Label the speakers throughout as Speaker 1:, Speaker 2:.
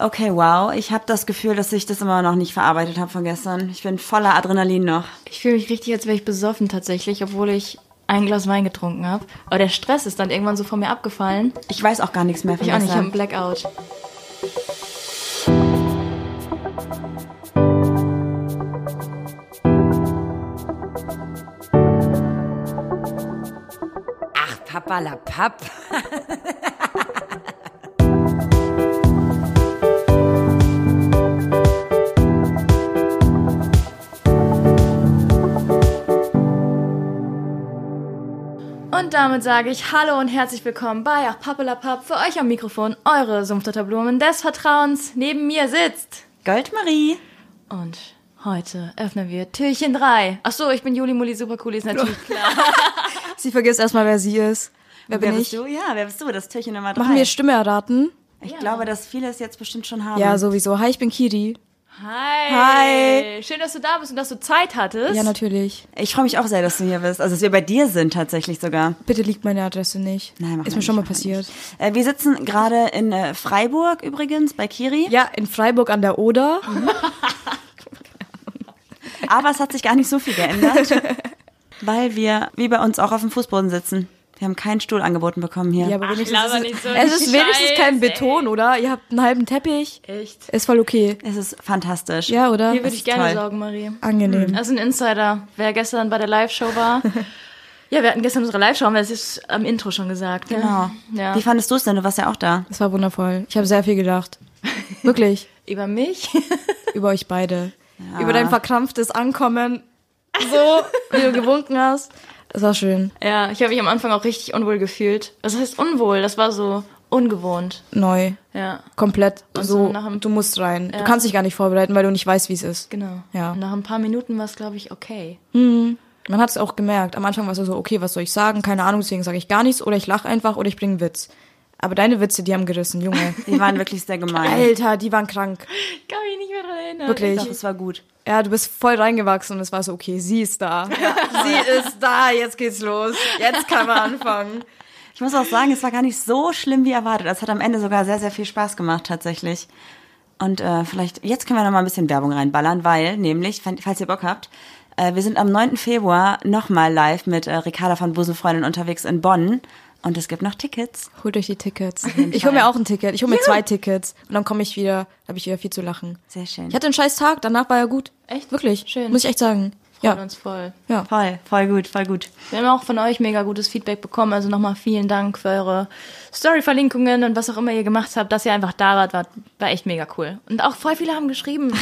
Speaker 1: Okay, wow. Ich habe das Gefühl, dass ich das immer noch nicht verarbeitet habe von gestern. Ich bin voller Adrenalin noch.
Speaker 2: Ich fühle mich richtig, als wäre ich besoffen tatsächlich, obwohl ich ein Glas Wein getrunken habe. Aber der Stress ist dann irgendwann so von mir abgefallen.
Speaker 1: Ich weiß auch gar nichts mehr von
Speaker 2: Ich auch nicht, ich habe einen
Speaker 1: gestern.
Speaker 2: Blackout.
Speaker 3: Ach, Papa la Papp.
Speaker 2: Und damit sage ich Hallo und herzlich willkommen bei Ach Pappelapapp. Für euch am Mikrofon eure Sumpfdotterblumen des Vertrauens. Neben mir sitzt.
Speaker 1: Goldmarie.
Speaker 2: Und heute öffnen wir Türchen 3. Achso, ich bin Juli Muli Supercool, ist natürlich klar.
Speaker 4: Sie vergisst erstmal, wer sie ist. Wer bin
Speaker 1: wer
Speaker 4: ich?
Speaker 1: bist du? Ja, wer bist du? Das Türchen Nummer drei.
Speaker 4: Machen wir Stimme erraten?
Speaker 1: ich glaube, dass viele es jetzt bestimmt schon haben.
Speaker 4: Ja, sowieso. Hi, ich bin Kiri.
Speaker 2: Hi. Schön, dass du da bist und dass du Zeit hattest.
Speaker 4: Ja, natürlich.
Speaker 1: Ich freue mich auch sehr, dass du hier bist. Also, dass wir bei dir sind tatsächlich sogar.
Speaker 4: Bitte liegt meine Adresse nicht.
Speaker 1: Nein, machen
Speaker 4: Ist
Speaker 1: wir
Speaker 4: mir schon mal
Speaker 1: nicht, machen wir
Speaker 4: passiert.
Speaker 1: nicht. Äh, wir sitzen gerade in äh, Freiburg übrigens bei Kiri.
Speaker 4: Ja, in Freiburg an der Oder.
Speaker 1: Aber es hat sich gar nicht so viel geändert, weil wir wie bei uns auch auf dem Fußboden sitzen. Wir haben keinen Stuhl angeboten bekommen hier.
Speaker 4: Ja, aber wenigstens.
Speaker 2: laber
Speaker 4: ist
Speaker 2: nicht
Speaker 4: es,
Speaker 2: so
Speaker 4: es ist
Speaker 2: einen
Speaker 4: wenigstens
Speaker 2: Scheiß,
Speaker 4: kein
Speaker 2: ey.
Speaker 4: Beton, oder? Ihr habt einen halben Teppich.
Speaker 2: Echt.
Speaker 4: Ist voll okay.
Speaker 1: Es ist fantastisch.
Speaker 4: Ja, oder?
Speaker 2: Hier würde ich
Speaker 1: ist
Speaker 2: gerne
Speaker 1: toll.
Speaker 2: sorgen, Marie.
Speaker 4: Angenehm.
Speaker 2: Also ein Insider, wer gestern bei der Live-Show war. ja, wir hatten gestern unsere Live-Show, haben wir das ist am Intro schon gesagt. Ne?
Speaker 1: Genau.
Speaker 2: Ja.
Speaker 1: Wie fandest du es denn? Du warst ja auch da.
Speaker 4: Es war wundervoll. Ich habe sehr viel gelacht. Wirklich.
Speaker 2: Über mich?
Speaker 4: Über euch beide. Über dein verkrampftes Ankommen. So, wie du gewunken hast. Das war schön.
Speaker 2: ja, ich habe mich am Anfang auch richtig unwohl gefühlt. Das heißt unwohl, das war so ungewohnt.
Speaker 4: Neu.
Speaker 2: Ja,
Speaker 4: Komplett
Speaker 2: so
Speaker 4: so,
Speaker 2: nach dem-
Speaker 4: du musst rein. Du kannst dich gar nicht vorbereiten, weil du nicht weißt, wie es ist.
Speaker 2: genau.
Speaker 4: Ja.
Speaker 2: Nach ein paar Minuten war es, glaube ich, okay.
Speaker 4: Man hat es auch gemerkt. Am Anfang war es so, okay, was soll ich sagen? Keine Ahnung, deswegen sage ich gar nichts oder ich lache einfach oder ich bringe einen Witz. Aber deine Witze, die haben gerissen, Junge.
Speaker 1: Die waren wirklich sehr gemein.
Speaker 4: Alter, die waren krank.
Speaker 2: Ich kann mich nicht mehr daran erinnern.
Speaker 1: Ich
Speaker 4: Wirklich.
Speaker 1: dachte, es war gut.
Speaker 4: Ja, du bist voll reingewachsen und es war so, okay, sie ist da. sie ist da, jetzt geht's los. Jetzt kann man anfangen.
Speaker 1: Ich muss auch sagen, es war gar nicht so schlimm wie erwartet. Es hat am Ende sogar sehr, sehr viel Spaß gemacht tatsächlich. Und äh, vielleicht, jetzt können wir noch mal ein bisschen Werbung reinballern, weil nämlich, falls falls ihr Bock habt, äh, wir sind am 9. Februar nochmal live mit äh, Ricarda von Busenfreundin unterwegs in Bonn. Und es gibt noch Tickets.
Speaker 4: Holt euch die Tickets. Ich hole mir auch ein Ticket. Ich hole mir zwei Tickets. Und dann komme ich wieder, da habe ich wieder viel zu lachen.
Speaker 1: Sehr schön.
Speaker 4: Ich hatte einen scheiß Tag, danach war er gut.
Speaker 2: Echt?
Speaker 4: Wirklich.
Speaker 2: Schön.
Speaker 4: Muss ich echt sagen.
Speaker 2: Freut
Speaker 4: ja.
Speaker 2: uns voll.
Speaker 4: ja.
Speaker 1: Voll, voll gut, voll gut.
Speaker 2: Wir haben auch von euch mega gutes Feedback bekommen. Also nochmal vielen Dank für eure Story-Verlinkungen und was auch immer ihr gemacht habt, dass ihr einfach da wart, war, war echt mega cool. Und auch voll viele haben geschrieben.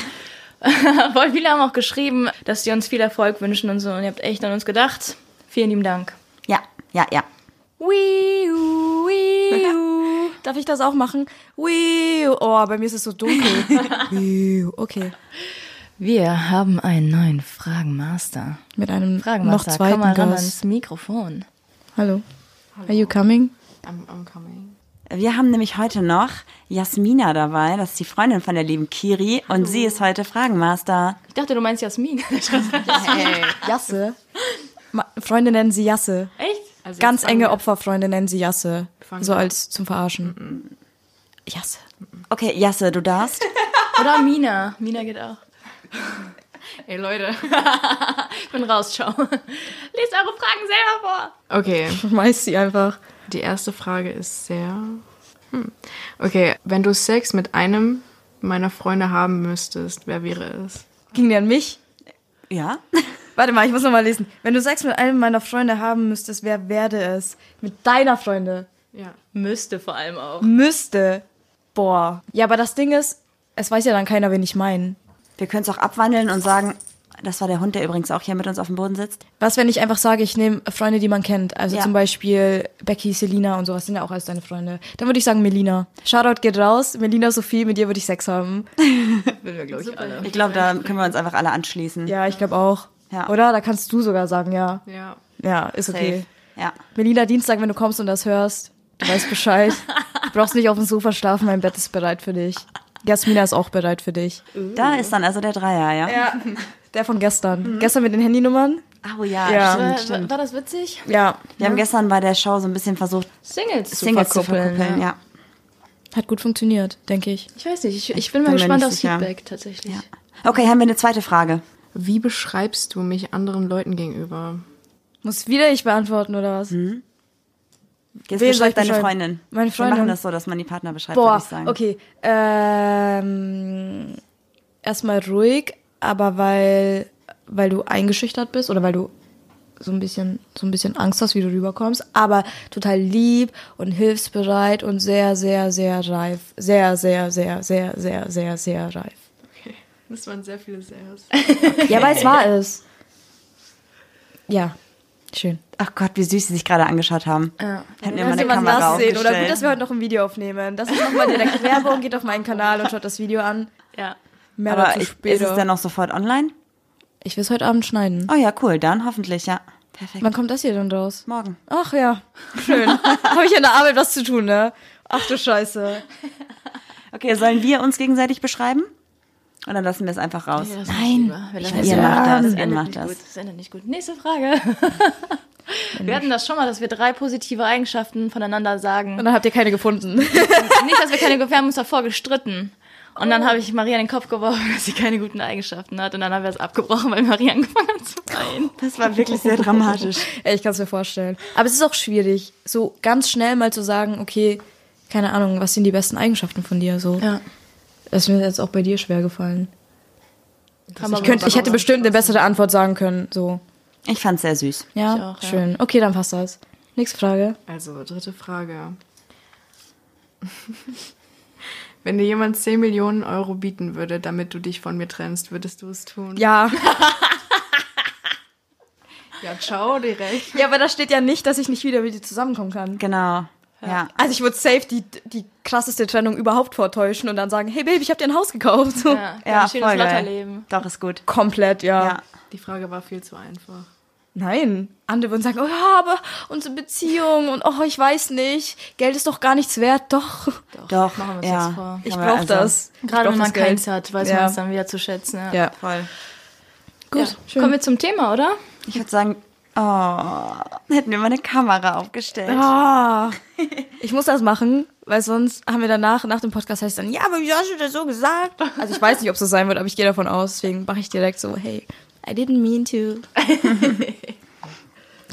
Speaker 2: voll viele haben auch geschrieben, dass sie uns viel Erfolg wünschen und so. Und ihr habt echt an uns gedacht. Vielen lieben Dank.
Speaker 1: Ja, ja, ja.
Speaker 4: Wiu, wiu. Darf ich das auch machen? Wiu. Oh, bei mir ist es so dunkel. Wiu. Okay.
Speaker 2: Wir haben einen neuen Fragenmaster.
Speaker 4: Mit einem noch
Speaker 2: Fragenmaster, komm
Speaker 4: zweiten
Speaker 2: mal ran
Speaker 4: Gast.
Speaker 2: ans Mikrofon.
Speaker 4: Hallo. Are you coming?
Speaker 3: I'm, I'm coming.
Speaker 1: Wir haben nämlich heute noch Jasmina dabei. Das ist die Freundin von der lieben Kiri. Und sie ist heute Fragenmaster.
Speaker 2: Ich dachte, du meinst Jasmin.
Speaker 4: Jasse. Ma- Freunde nennen sie Jasse.
Speaker 2: echt?
Speaker 3: Also
Speaker 4: Ganz
Speaker 3: jetzt fangen
Speaker 4: enge
Speaker 3: wir-
Speaker 4: Opferfreunde nennen sie Jasse.
Speaker 3: Fangen
Speaker 4: So
Speaker 3: wir an.
Speaker 4: als zum Verarschen. Jasse.
Speaker 1: Okay, Jasse, du darfst.
Speaker 2: Oder Mina. Mina geht auch.
Speaker 3: Ey, Leute.
Speaker 2: Ich bin raus, ciao. Lest eure Fragen selber vor.
Speaker 3: Okay,
Speaker 4: Schmeiß sie einfach.
Speaker 3: die erste Frage ist sehr. Hm. Okay, wenn du Sex mit einem meiner Freunde haben müsstest, wer wäre es?
Speaker 4: Ging die an mich?
Speaker 1: Ja?
Speaker 4: Warte mal, ich muss noch mal lesen. Wenn du Sex mit einem meiner Freunde haben müsstest, wer werde es? Mit deiner Freunde.
Speaker 3: Ja.
Speaker 2: Müsste vor allem auch.
Speaker 4: Müsste. Boah. Ja, aber das Ding ist, es weiß ja dann keiner, wen ich meine.
Speaker 1: Wir können es auch abwandeln und sagen, das war der Hund, der übrigens auch hier mit uns auf dem Boden sitzt.
Speaker 4: Was, wenn ich einfach sage, ich nehme Freunde, die man kennt? Also
Speaker 1: Ja.
Speaker 4: zum Beispiel Becky, Selina und sowas sind ja auch als deine Freunde. Dann würde ich sagen Melina. Shoutout geht raus. Melina Sophie, mit dir würde ich Sex haben.
Speaker 2: Will wir, glaube ich, alle.
Speaker 1: Ich glaube, da können wir uns einfach alle anschließen.
Speaker 4: Ja, ich glaube auch.
Speaker 1: Ja.
Speaker 4: Oder? Da kannst du sogar sagen, ja.
Speaker 3: Ja.
Speaker 4: Ja, ist okay.
Speaker 1: Ja.
Speaker 4: Melina, Dienstag, wenn du kommst und das hörst, du weißt Bescheid. du brauchst nicht auf dem Sofa schlafen, mein Bett ist bereit für dich. Jasmina ist auch bereit für dich.
Speaker 1: Da ist dann also der Dreier, ja?
Speaker 4: Uh. Ja. Mhm. Der von gestern. Gestern mit den Handynummern?
Speaker 1: Oh ja,
Speaker 4: Ja.
Speaker 1: stimmt.
Speaker 2: War, war, war das witzig?
Speaker 4: Ja.
Speaker 1: Wir haben gestern bei der Show so ein bisschen versucht,
Speaker 2: Singles,
Speaker 1: Singles zu verkuppeln. Ja.
Speaker 4: Hat gut funktioniert, denke ich.
Speaker 2: Ich weiß nicht, ich, ich bin mal
Speaker 1: Bin mir
Speaker 2: gespannt
Speaker 1: nicht
Speaker 2: aufs
Speaker 1: sicher.
Speaker 2: Feedback tatsächlich.
Speaker 1: Ja. Okay, haben wir eine zweite Frage.
Speaker 3: Wie beschreibst du mich anderen Leuten gegenüber?
Speaker 4: Muss wieder ich beantworten, oder was?
Speaker 1: Jetzt
Speaker 4: Wen soll ich
Speaker 1: beschreib deine
Speaker 4: beschreiben?
Speaker 1: Freundin.
Speaker 4: Meine
Speaker 1: Wir
Speaker 4: Freundin.
Speaker 1: machen das so, dass man die Partner beschreibt, würde
Speaker 4: Boah,
Speaker 1: ich sagen.
Speaker 4: okay. Ähm, erstmal ruhig, aber weil, weil du eingeschüchtert bist oder weil du so ein bisschen, so ein bisschen Angst hast, wie du rüberkommst, aber total lieb und hilfsbereit und sehr, sehr, sehr reif. Sehr, sehr, sehr, sehr, sehr, sehr, sehr reif.
Speaker 3: Das waren sehr viele Sehrs.
Speaker 4: Ja, weil es war es. Ja, schön.
Speaker 1: Ach Gott, wie süß sie sich gerade angeschaut haben.
Speaker 2: Ja.
Speaker 1: Hätten wir
Speaker 4: Dass
Speaker 1: mal eine
Speaker 4: jemand
Speaker 1: Kamera
Speaker 4: das sehen
Speaker 1: aufgestellt.
Speaker 4: oder gut, dass wir heute noch ein Video aufnehmen. Das ist nochmal direkt Werbung, geht auf meinen Kanal und schaut das Video an.
Speaker 2: Ja.
Speaker 4: Mehr
Speaker 1: Aber
Speaker 4: dazu
Speaker 1: ich,
Speaker 4: später.
Speaker 1: ist es dann noch sofort online?
Speaker 4: Ich will es heute Abend schneiden.
Speaker 1: Oh ja, cool, dann hoffentlich, ja. Perfekt.
Speaker 4: Wann kommt das hier denn raus?
Speaker 1: Morgen.
Speaker 4: Ach ja, schön. Habe ich an der Arbeit was zu tun, ne? Ach du Scheiße.
Speaker 1: Okay, sollen wir uns gegenseitig beschreiben? Oder lassen wir es einfach raus?
Speaker 2: Nein,
Speaker 1: weiß, ihr macht das, ihr macht das.
Speaker 2: Gut, das endet nicht gut. Nächste Frage. Wir hatten das schon mal, dass wir drei positive Eigenschaften voneinander sagen.
Speaker 4: Und dann habt ihr keine gefunden.
Speaker 2: Nicht, dass wir keine, wir haben uns davor gestritten. Und dann habe ich Maria in den Kopf geworfen, dass sie keine guten Eigenschaften hat. Und dann haben wir es abgebrochen, weil Maria angefangen hat zu weinen.
Speaker 1: Das war wirklich sehr dramatisch.
Speaker 4: Ey, ich kann es mir vorstellen. Aber es ist auch schwierig, so ganz schnell mal zu sagen, okay, keine Ahnung, was sind die besten Eigenschaften von dir? So,
Speaker 2: Ja.
Speaker 4: das ist mir jetzt auch bei dir schwer gefallen.
Speaker 2: Haben
Speaker 4: Ich,
Speaker 2: aber
Speaker 4: könnte, ich
Speaker 2: unsere-
Speaker 4: hätte bestimmt eine bessere Antwort sagen können. So,
Speaker 1: Ich fand's sehr süß.
Speaker 2: Ich
Speaker 4: ja,
Speaker 2: auch, ja.
Speaker 4: schön. Okay, dann passt das. Nächste Frage.
Speaker 3: Also, dritte Frage. Wenn dir jemand 10 Millionen Euro bieten würde, damit du dich von mir trennst, würdest du es tun?
Speaker 4: Ja.
Speaker 3: Ja, ciao, direkt.
Speaker 4: ja, aber da steht ja nicht, dass ich nicht wieder mit dir zusammenkommen kann.
Speaker 1: Genau. Ja.
Speaker 4: Also ich würde safe die, die krasseste Trennung überhaupt vortäuschen und dann sagen, hey Babe, ich habe dir ein Haus gekauft. So.
Speaker 2: Ja,
Speaker 1: Ja,
Speaker 2: ein schönes
Speaker 1: voll geil.
Speaker 2: Lotterleben.
Speaker 1: Doch, ist gut.
Speaker 4: Komplett, ja.
Speaker 1: Ja.
Speaker 3: Die Frage war viel zu einfach.
Speaker 4: Nein. Andere würden sagen, oh ja, aber unsere Beziehung und oh, ich weiß nicht, Geld ist doch gar nichts wert. Doch,
Speaker 1: Doch.
Speaker 2: machen wir uns
Speaker 1: ja.
Speaker 2: das vor.
Speaker 4: ich
Speaker 1: Aber
Speaker 4: brauche
Speaker 1: also-
Speaker 4: das. Ich
Speaker 2: Gerade
Speaker 4: brauch
Speaker 2: wenn man
Speaker 4: das Geld.
Speaker 2: keins hat, weiß
Speaker 4: Ja.
Speaker 2: man es dann wieder zu schätzen. Ja.
Speaker 4: Ja,
Speaker 1: Voll.
Speaker 4: gut,
Speaker 2: Ja.
Speaker 4: schön.
Speaker 2: Kommen wir zum Thema, oder?
Speaker 1: Ich würde sagen, oh, hätten wir mal eine Kamera aufgestellt.
Speaker 4: Ah. Ich muss das machen, weil sonst haben wir danach, nach dem Podcast heißt es dann, ja, aber wie hast du das so gesagt? Also ich weiß nicht, ob es so sein wird, aber ich gehe davon aus, deswegen mache ich direkt so, hey, I didn't mean to.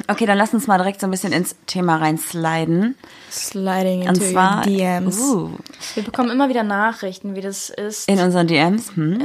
Speaker 1: Okay, dann lass uns mal direkt so ein bisschen ins Thema reinsliden.
Speaker 4: Sliding
Speaker 1: Und
Speaker 4: into
Speaker 1: zwar
Speaker 4: your DMs.
Speaker 1: Uh,
Speaker 2: Wir bekommen immer wieder Nachrichten, wie das ist.
Speaker 1: in unseren DMs.
Speaker 4: Äh,
Speaker 1: Hm?
Speaker 4: Mhm.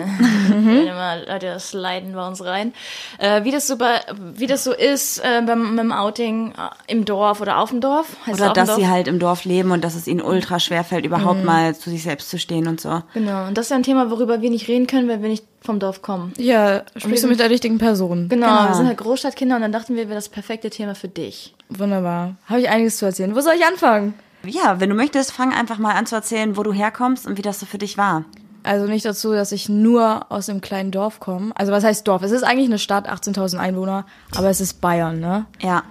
Speaker 2: Wenn immer Leute das leiden bei uns rein. Äh, wie, das so bei, wie das so ist äh, beim, beim Outing äh, im Dorf oder auf dem Dorf. Heißt es
Speaker 1: Oder
Speaker 2: auf dem
Speaker 1: dass sie
Speaker 2: Dorf?
Speaker 1: halt im Dorf leben und dass es ihnen ultra schwer fällt,
Speaker 4: Mhm.
Speaker 1: überhaupt mal zu sich selbst zu stehen und so.
Speaker 2: Genau, und das ist ja ein Thema, worüber wir nicht reden können, weil wir nicht vom Dorf kommen.
Speaker 4: Ja, sprichst du mit der richtigen Person.
Speaker 2: Genau,
Speaker 1: Genau.
Speaker 2: wir sind halt Großstadtkinder und dann dachten wir, wäre das perfekte Thema für dich.
Speaker 4: Wunderbar. Habe ich einiges zu erzählen. Wo soll ich anfangen?
Speaker 1: Ja, wenn du möchtest, fang einfach mal an zu erzählen, wo du herkommst und wie das so für dich war.
Speaker 4: Also nicht dazu, dass ich nur aus einem kleinen Dorf komme. Also was heißt Dorf? Es ist eigentlich eine Stadt, 18.000 Einwohner, aber es ist Bayern, ne?
Speaker 1: Ja.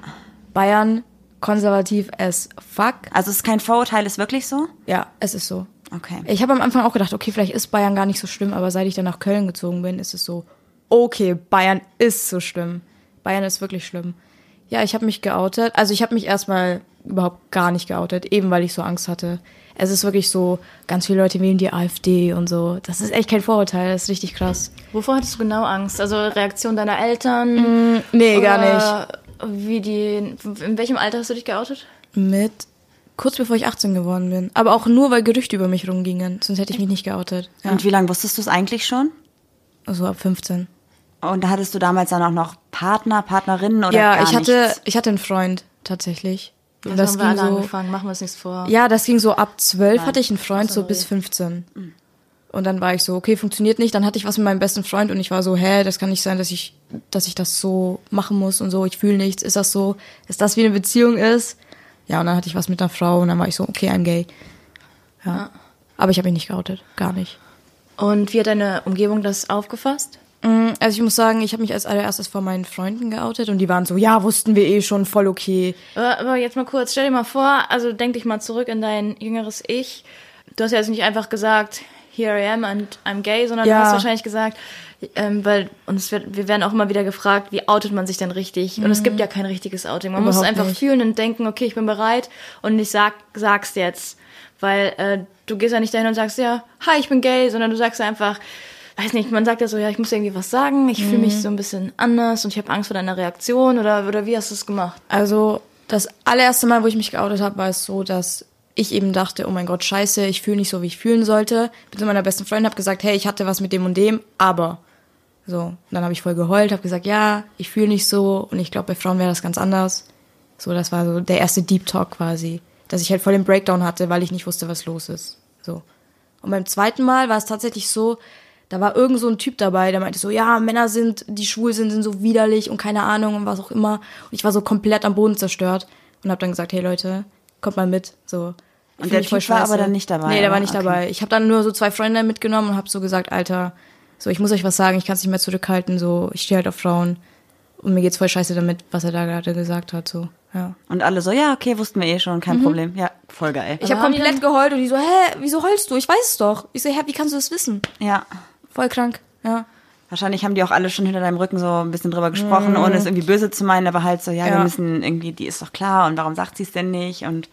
Speaker 4: Bayern, konservativ as fuck.
Speaker 1: Also es ist kein Vorurteil, ist wirklich so?
Speaker 4: Ja, es ist so.
Speaker 1: Okay.
Speaker 4: Ich habe am Anfang auch gedacht, okay, vielleicht ist Bayern gar nicht so schlimm, aber seit ich dann nach Köln gezogen bin, ist es so, okay, Bayern ist so schlimm. Bayern ist wirklich schlimm. Ja, ich habe mich geoutet. Also ich habe mich erstmal überhaupt gar nicht geoutet, eben weil ich so Angst hatte. Es ist wirklich so, ganz viele Leute wählen die AfD und so. Das ist echt kein Vorurteil, das ist richtig krass.
Speaker 2: Wovor hattest du genau Angst? Also Reaktion deiner Eltern?
Speaker 4: Nee, gar
Speaker 2: Oder Wie die, in welchem Alter hast du dich geoutet?
Speaker 4: nicht. Mit kurz bevor ich 18 geworden bin. Aber auch nur, weil Gerüchte über mich rumgingen. Sonst hätte ich mich nicht geoutet. Ja.
Speaker 1: Und wie lange wusstest du es eigentlich schon?
Speaker 4: Also ab 15.
Speaker 1: Und da hattest du damals dann auch noch Partner, Partnerinnen oder
Speaker 4: ja,
Speaker 1: gar
Speaker 4: ich hatte,
Speaker 1: nichts?
Speaker 4: ich hatte einen Freund tatsächlich. Und
Speaker 2: Also haben wir alle
Speaker 4: so,
Speaker 2: angefangen, machen wir uns nichts vor.
Speaker 4: Ja, das ging so ab 12 hatte ich einen Freund, so
Speaker 2: Sorry.
Speaker 4: bis 15. Und dann war ich so, okay, funktioniert nicht. Dann hatte ich was mit meinem besten Freund und ich war so, hä, das kann nicht sein, dass ich, dass ich das so machen muss und so. Ich fühle nichts. Ist das so? Ist das wie eine Beziehung ist? Ja, und dann hatte ich was mit einer Frau und dann war ich so, okay, I'm gay. Ja. Aber ich habe mich nicht geoutet. Gar nicht.
Speaker 2: Und wie hat deine Umgebung das aufgefasst?
Speaker 4: Mm, Also ich muss sagen, ich habe mich als allererstes vor meinen Freunden geoutet und die waren so, ja, wussten wir eh schon, voll okay.
Speaker 2: Aber aber jetzt mal kurz, stell dir mal vor, also denk dich mal zurück in dein jüngeres Ich. Du hast ja jetzt nicht einfach gesagt, here I am and I'm gay, sondern
Speaker 4: Ja.
Speaker 2: du hast wahrscheinlich gesagt, ähm, weil uns wird, wir werden auch immer wieder gefragt, wie outet man sich denn richtig? Und es gibt ja kein richtiges Outing. Man muss es
Speaker 4: Mhm. Überhaupt
Speaker 2: einfach
Speaker 4: nicht.
Speaker 2: fühlen und denken, okay, ich bin bereit und ich sag, sag's jetzt. Weil äh, du gehst ja nicht dahin und sagst, ja, hi, ich bin gay, sondern du sagst einfach, weiß nicht, man sagt ja so, ja, ich muss irgendwie was sagen, ich fühle
Speaker 4: Mhm.
Speaker 2: mich so ein bisschen anders und ich habe Angst vor deiner Reaktion oder, oder wie hast du es gemacht?
Speaker 4: Also das allererste Mal, wo ich mich geoutet habe, war es so, dass ich eben dachte, oh mein Gott, scheiße, ich fühle nicht so, wie ich fühlen sollte. Bin zu meiner besten Freundin, habe gesagt, hey, ich hatte was mit dem und dem, aber. So, und dann habe ich voll geheult, habe gesagt, ja, ich fühle nicht so und ich glaube, bei Frauen wäre das ganz anders. So, das war so der erste Deep Talk quasi, dass ich halt voll den Breakdown hatte, weil ich nicht wusste, was los ist. So. Und beim zweiten Mal war es tatsächlich so, da war irgend so ein Typ dabei, der meinte so, ja, Männer sind, die schwul sind, sind so widerlich und keine Ahnung und was auch immer. Und ich war so komplett am Boden zerstört und habe dann gesagt, hey Leute, kommt mal mit, so. Ich
Speaker 1: Und
Speaker 4: fühl
Speaker 1: der
Speaker 4: mich voll
Speaker 1: Typ war
Speaker 4: scheiße.
Speaker 1: aber dann nicht dabei,
Speaker 4: Nee, der war
Speaker 1: aber
Speaker 4: nicht
Speaker 1: okay.
Speaker 4: dabei. Ich habe dann nur so zwei Freunde mitgenommen und habe so gesagt, Alter, so, ich muss euch was sagen, ich kann es nicht mehr zurückhalten, so, ich stehe halt auf Frauen und mir geht's voll scheiße damit, was er da gerade gesagt hat, so, ja.
Speaker 1: Und alle so, ja, okay, wussten wir eh schon, kein Problem. Ja, voll geil.
Speaker 4: Mhm. Ich habe
Speaker 2: haben die
Speaker 4: komplett geheult und die so, hä, wieso heulst du? Ich weiß es doch. Ich so, hä, wie kannst du das wissen?
Speaker 1: ja.
Speaker 4: Voll krank, ja.
Speaker 1: Wahrscheinlich haben die auch alle schon hinter deinem Rücken so ein bisschen drüber gesprochen, ohne es irgendwie böse zu meinen, aber halt so, ja, wir
Speaker 4: Mhm. Ja.
Speaker 1: müssen irgendwie, die ist doch klar und warum sagt sie es denn nicht? Und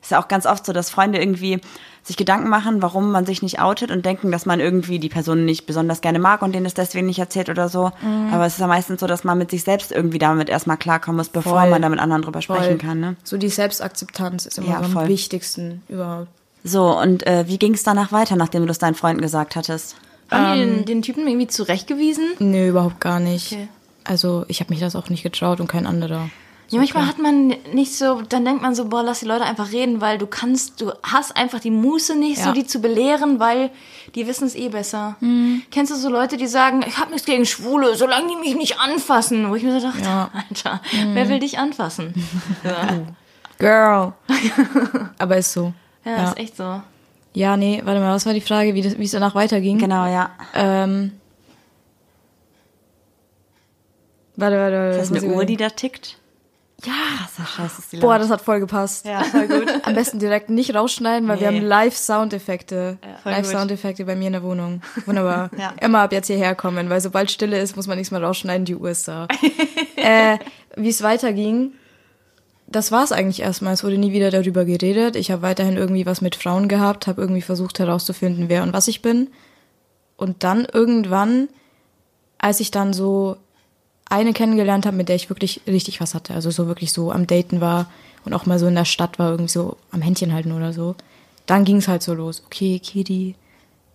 Speaker 1: es ist ja auch ganz oft so, dass Freunde irgendwie sich Gedanken machen, warum man sich nicht outet und denken, dass man irgendwie die Person nicht besonders gerne mag und denen es deswegen nicht erzählt oder so.
Speaker 4: Mhm.
Speaker 1: Aber es ist ja meistens so, dass man mit sich selbst irgendwie damit erstmal klarkommen muss, bevor
Speaker 4: Voll.
Speaker 1: man da mit anderen drüber sprechen
Speaker 4: Voll.
Speaker 1: kann. Ne?
Speaker 4: So die Selbstakzeptanz ist immer
Speaker 1: Ja,
Speaker 4: so am
Speaker 1: voll.
Speaker 4: wichtigsten überhaupt.
Speaker 1: So, und äh, wie ging es danach weiter, nachdem du es deinen Freunden gesagt hattest?
Speaker 2: Haben
Speaker 4: Ähm.
Speaker 2: die den, den Typen irgendwie zurechtgewiesen?
Speaker 4: Nee, überhaupt gar nicht.
Speaker 2: Okay.
Speaker 4: Also ich habe mich das auch nicht getraut und kein anderer.
Speaker 2: Ja, manchmal hat man nicht so, dann denkt man so, boah, lass die Leute einfach reden, weil du kannst, du hast einfach die Muße nicht, so
Speaker 4: Ja.
Speaker 2: die zu belehren, weil die wissen es eh besser.
Speaker 4: Mhm.
Speaker 2: Kennst du so Leute, die sagen, ich hab nichts gegen Schwule, solange die mich nicht anfassen? Wo ich mir so dachte,
Speaker 4: Ja. Mhm.
Speaker 2: Alter, wer will dich anfassen? ja.
Speaker 4: Girl. Aber ist so.
Speaker 2: ja,
Speaker 4: ja.
Speaker 2: ist echt so.
Speaker 4: ja, nee, warte mal, was war die Frage, wie das- wie es danach weiterging?
Speaker 1: Genau, ja.
Speaker 4: Ähm, warte, warte, warte.
Speaker 1: Das
Speaker 4: muss
Speaker 1: ist
Speaker 4: ich
Speaker 1: eine Uhr, die
Speaker 4: überlegen.
Speaker 1: da tickt. Ja, so scheiße ist die
Speaker 4: Boah,
Speaker 1: laut.
Speaker 4: das hat voll gepasst.
Speaker 1: Ja, voll gut.
Speaker 4: Am besten direkt nicht rausschneiden, weil wir
Speaker 1: Nee.
Speaker 4: haben Live-Soundeffekte.
Speaker 1: voll gut.
Speaker 4: Live-Soundeffekte bei mir in der Wohnung. Wunderbar.
Speaker 1: Ja.
Speaker 4: Immer ab jetzt hierher kommen, weil sobald Stille ist, muss man nichts mehr rausschneiden, die Uhr ist da. äh, Wie es weiterging, das war's eigentlich erstmal. Es wurde nie wieder darüber geredet. Ich habe weiterhin irgendwie was mit Frauen gehabt, habe irgendwie versucht herauszufinden, wer und was ich bin. Und dann irgendwann, als ich dann so eine kennengelernt habe, mit der ich wirklich richtig was hatte, also so wirklich so am Daten war und auch mal so in der Stadt war, irgendwie so am Händchen halten oder so, dann ging es halt so los. Okay, Kitty,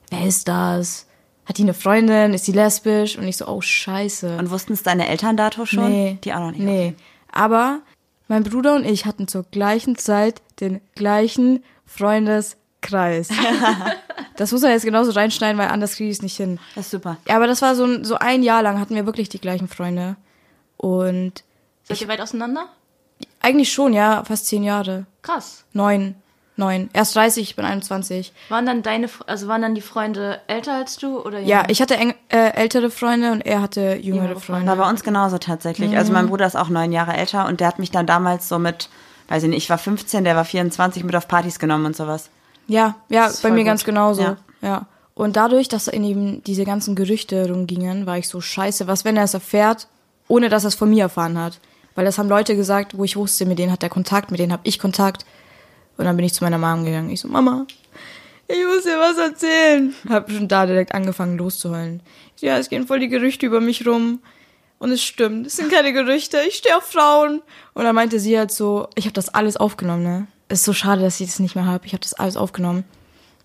Speaker 4: wer ist das? Hat die eine Freundin? Ist die lesbisch? Und ich so, oh scheiße.
Speaker 1: Und wussten es deine Eltern dato schon?
Speaker 4: Nee.
Speaker 1: Die auch noch nicht.
Speaker 4: Nee. Aber mein Bruder und ich hatten zur gleichen Zeit den gleichen Freundeskreis. das muss man jetzt genauso reinschneiden, weil anders kriege ich es nicht hin.
Speaker 1: Das ist super.
Speaker 4: Ja, aber das war so ein, so ein Jahr lang hatten wir wirklich die gleichen Freunde. Und
Speaker 2: Seid ihr weit auseinander?
Speaker 4: eigentlich schon, ja, fast zehn Jahre.
Speaker 2: Krass.
Speaker 4: Neun. Neun. Erst 30, ich bin 21.
Speaker 2: Waren dann deine, also waren dann die Freunde älter als du oder
Speaker 4: Ja, ich hatte eng, äh, ältere Freunde und er hatte jüngere
Speaker 2: Jüngere Freunde.
Speaker 4: Freunde.
Speaker 1: War bei uns genauso tatsächlich.
Speaker 2: Mhm.
Speaker 1: Also mein Bruder ist auch neun Jahre älter und der hat mich dann damals so mit, weiß ich nicht, ich war 15, der war 24, mit auf Partys genommen und sowas.
Speaker 4: Ja, ja,
Speaker 1: ist
Speaker 4: bei
Speaker 1: voll
Speaker 4: mir
Speaker 1: gut.
Speaker 4: ganz genauso.
Speaker 1: Ja.
Speaker 4: Ja. Und dadurch, dass in eben diese ganzen Gerüchte rumgingen, war ich so scheiße, was wenn er es erfährt, ohne dass er es von mir erfahren hat. Weil das haben Leute gesagt, wo ich wusste, mit denen hat er Kontakt, mit denen habe ich Kontakt. Und dann bin ich zu meiner Mom gegangen. Ich so, Mama, ich muss dir was erzählen. Hab schon da direkt angefangen loszuheulen. Ja, es gehen voll die Gerüchte über mich rum. Und es stimmt, es sind keine Gerüchte, ich stehe auf Frauen. Und dann meinte sie halt so, ich habe das alles aufgenommen, ne? Ist so schade, dass ich das nicht mehr habe. Ich habe das alles aufgenommen.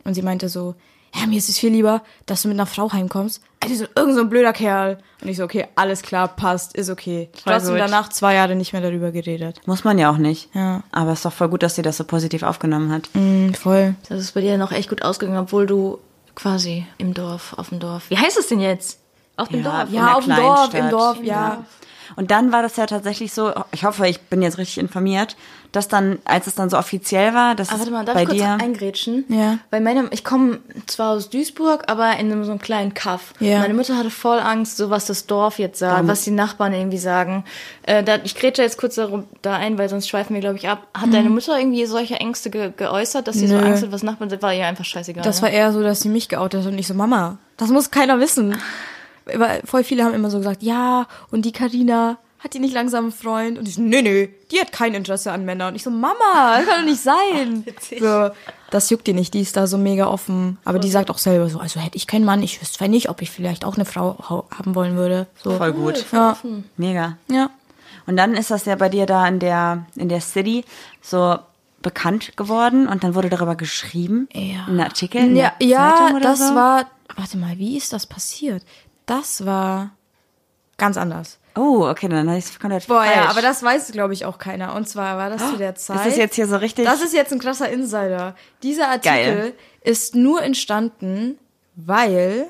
Speaker 4: Und sie meinte so, ja, mir ist es viel lieber, dass du mit einer Frau heimkommst, als so, irgend so ein blöder Kerl. Und ich so, okay, alles klar, passt, ist okay.
Speaker 1: Voll
Speaker 4: Trotzdem
Speaker 1: gut.
Speaker 4: danach zwei Jahre nicht mehr darüber geredet.
Speaker 1: Muss man ja auch nicht.
Speaker 4: Ja.
Speaker 1: Aber es ist doch voll gut, dass sie das so positiv aufgenommen hat.
Speaker 4: Mhm, voll.
Speaker 2: Das ist bei dir noch echt gut ausgegangen, obwohl du quasi im Dorf, auf dem Dorf. Wie heißt es denn jetzt? Auf dem
Speaker 1: Ja,
Speaker 2: Dorf.
Speaker 1: in
Speaker 4: Ja,
Speaker 1: der
Speaker 4: auf dem Dorf,
Speaker 1: Kleinstadt.
Speaker 4: im Dorf,
Speaker 2: Ja.
Speaker 4: ja.
Speaker 1: Und dann war das ja tatsächlich so, ich hoffe, ich bin jetzt richtig informiert, dass dann, als es dann so offiziell war, dass es
Speaker 2: Aber ah, warte mal, darf
Speaker 1: bei
Speaker 2: ich kurz
Speaker 1: dir...
Speaker 2: eingrätschen?
Speaker 4: Ja.
Speaker 2: Weil meine, ich komme zwar aus Duisburg, aber in einem- so einem kleinen Kaff.
Speaker 4: Ja.
Speaker 2: Meine Mutter hatte voll Angst, so was das Dorf jetzt sagt, was die Nachbarn irgendwie sagen. Äh, da, ich grätsche jetzt kurz darum, da ein, weil sonst schweifen wir, glaube ich, ab. Hat deine Mutter irgendwie solche Ängste ge geäußert, dass sie so
Speaker 4: Mhm. Nö.
Speaker 2: Angst hat, was Nachbarn sind? War ihr einfach scheißegal.
Speaker 4: Das
Speaker 2: ne?
Speaker 4: war eher so, dass sie mich geoutet hat und ich so, Mama, das muss keiner wissen. Weil voll viele haben immer so gesagt, ja, und die Karina hat die nicht langsam einen Freund? Und ich so, nö, nö, die hat kein Interesse an Männern. Und ich so, Mama, das kann doch nicht sein. so, das juckt die nicht, die ist da so mega offen. Aber die sagt auch selber so, also hätte ich keinen Mann, ich wüsste zwar nicht, ob ich vielleicht auch eine Frau hau- haben wollen würde. So.
Speaker 1: Voll gut.
Speaker 4: Ja,
Speaker 1: Mega.
Speaker 4: ja.
Speaker 1: Und dann ist das ja bei dir da in der, in der City so bekannt geworden und dann wurde darüber geschrieben.
Speaker 4: Ja.
Speaker 1: Ein Artikel in
Speaker 4: Ja,
Speaker 1: der
Speaker 4: ja
Speaker 1: Zeitung oder
Speaker 4: das
Speaker 1: so.
Speaker 4: war, warte mal, wie ist das passiert? Das war ganz anders.
Speaker 1: Oh, okay, dann habe ich es komplett
Speaker 4: Boah,
Speaker 1: falsch. Oh,
Speaker 4: ja, aber das weiß, glaube ich, auch keiner. Und zwar war das zu der Zeit.
Speaker 1: das jetzt hier so richtig-
Speaker 4: Das ist jetzt ein krasser Insider. Dieser Artikel
Speaker 1: Geil.
Speaker 4: ist nur entstanden, weil,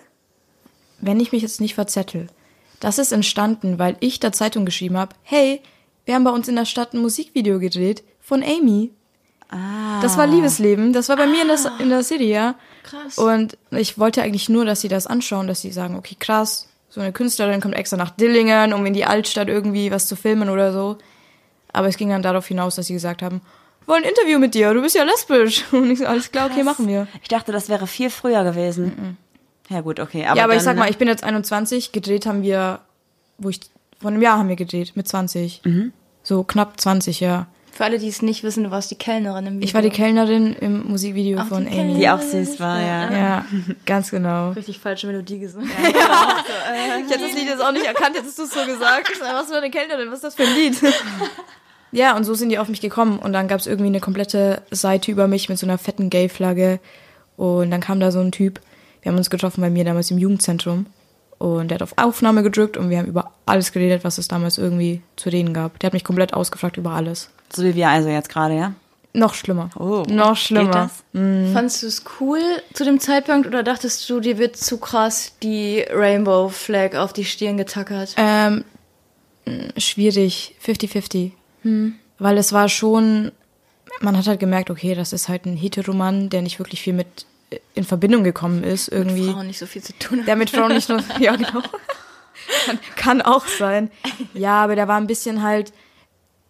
Speaker 4: wenn ich mich jetzt nicht verzettel, das ist entstanden, weil ich der Zeitung geschrieben habe, hey, wir haben bei uns in der Stadt ein Musikvideo gedreht von Amy. Ah. Das war Liebesleben. Das war bei mir in der, in der City, ja.
Speaker 2: Krass.
Speaker 4: Und ich wollte eigentlich nur, dass sie das anschauen, dass sie sagen, okay, krass, so eine Künstlerin kommt extra nach Dillingen, um in die Altstadt irgendwie was zu filmen oder so. Aber es ging dann darauf hinaus, dass sie gesagt haben, wir wollen ein Interview mit dir, du bist ja lesbisch. Und ich so, alles klar, okay, machen wir.
Speaker 1: Ich dachte, das wäre viel früher gewesen. Ja gut, okay. Aber
Speaker 4: ja, aber
Speaker 1: dann, ne?
Speaker 4: ich sag mal, ich bin jetzt 21, gedreht haben wir, wo ich, vor einem Jahr haben wir gedreht, mit 20.
Speaker 1: Mhm.
Speaker 4: So knapp 20, ja.
Speaker 2: Für alle, die es nicht wissen, du warst die Kellnerin im Video.
Speaker 4: Ich war die Kellnerin im Musikvideo
Speaker 2: Ach,
Speaker 4: von
Speaker 2: die
Speaker 4: Amy.
Speaker 1: Die auch süß war, ja.
Speaker 4: Ja, ganz genau.
Speaker 2: Richtig falsche Melodie gesungen.
Speaker 4: Ich hätte das Lied jetzt auch nicht erkannt, jetzt hast du es so gesagt. Ich sag, Was für eine Kellnerin, was ist das für ein Lied? Ja, und so sind die auf mich gekommen. Und dann gab es irgendwie eine komplette Seite über mich mit so einer fetten Gay-Flagge. Und dann kam da so ein Typ. Wir haben uns getroffen bei mir damals im Jugendzentrum. Und der hat auf Aufnahme gedrückt und wir haben über alles geredet, was es damals irgendwie zu reden gab. Der hat mich komplett ausgefragt über alles.
Speaker 1: So wie wir also jetzt gerade, ja?
Speaker 4: Noch schlimmer.
Speaker 1: Oh,
Speaker 4: Noch schlimmer.
Speaker 1: Geht das?
Speaker 4: Mhm.
Speaker 2: Fandst du es cool zu dem Zeitpunkt oder dachtest du, dir wird zu krass die Rainbow Flag auf die Stirn getackert?
Speaker 4: Ähm, schwierig, 50-50. Weil es war schon, man hat halt gemerkt, okay, das ist halt ein Heteroman, der nicht wirklich viel mit äh, in Verbindung gekommen ist irgendwie.
Speaker 2: Frauen nicht so viel zu tun haben.
Speaker 4: Der mit Frauen nicht nur, ja genau. Kann, kann auch sein. Ja, aber der war ein bisschen halt,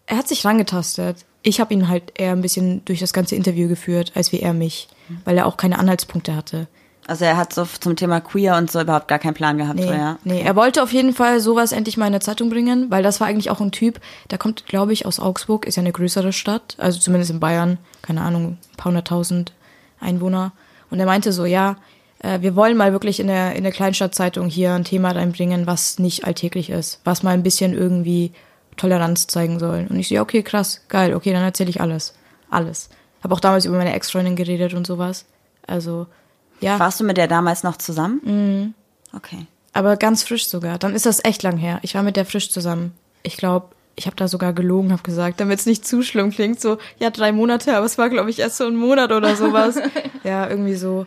Speaker 4: er hat sich rangetastet. Ich habe ihn halt eher ein bisschen durch das ganze Interview geführt, als wie er mich, weil er auch keine Anhaltspunkte hatte.
Speaker 1: Also er hat so zum Thema Queer und so überhaupt gar keinen Plan gehabt, so,
Speaker 4: Nee,
Speaker 1: ja?
Speaker 4: nee, er wollte auf jeden Fall sowas endlich mal in der Zeitung bringen, weil das war eigentlich auch ein Typ, der kommt, glaube ich, aus Augsburg, ist ja eine größere Stadt, also zumindest in Bayern, keine Ahnung, ein paar hunderttausend Einwohner. Und er meinte so, ja, äh, wir wollen mal wirklich in der, in der Kleinstadtzeitung hier ein Thema reinbringen, was nicht alltäglich ist, was mal ein bisschen irgendwie Toleranz zeigen soll. Und ich so, ja, okay, krass, geil, okay, dann erzähle ich alles. Alles. Habe auch damals über meine Ex-Freundin geredet und sowas. Also, ja.
Speaker 1: Warst du mit der damals noch zusammen? Mhm. Okay.
Speaker 4: Aber ganz frisch sogar. Dann ist das echt lang her. Ich war mit der frisch zusammen. Ich glaube, ich habe da sogar gelogen, habe gesagt, damit es nicht zu schlimm klingt. So, ja, drei Monate, aber es war, glaube ich, erst so ein Monat oder sowas. ja, irgendwie so.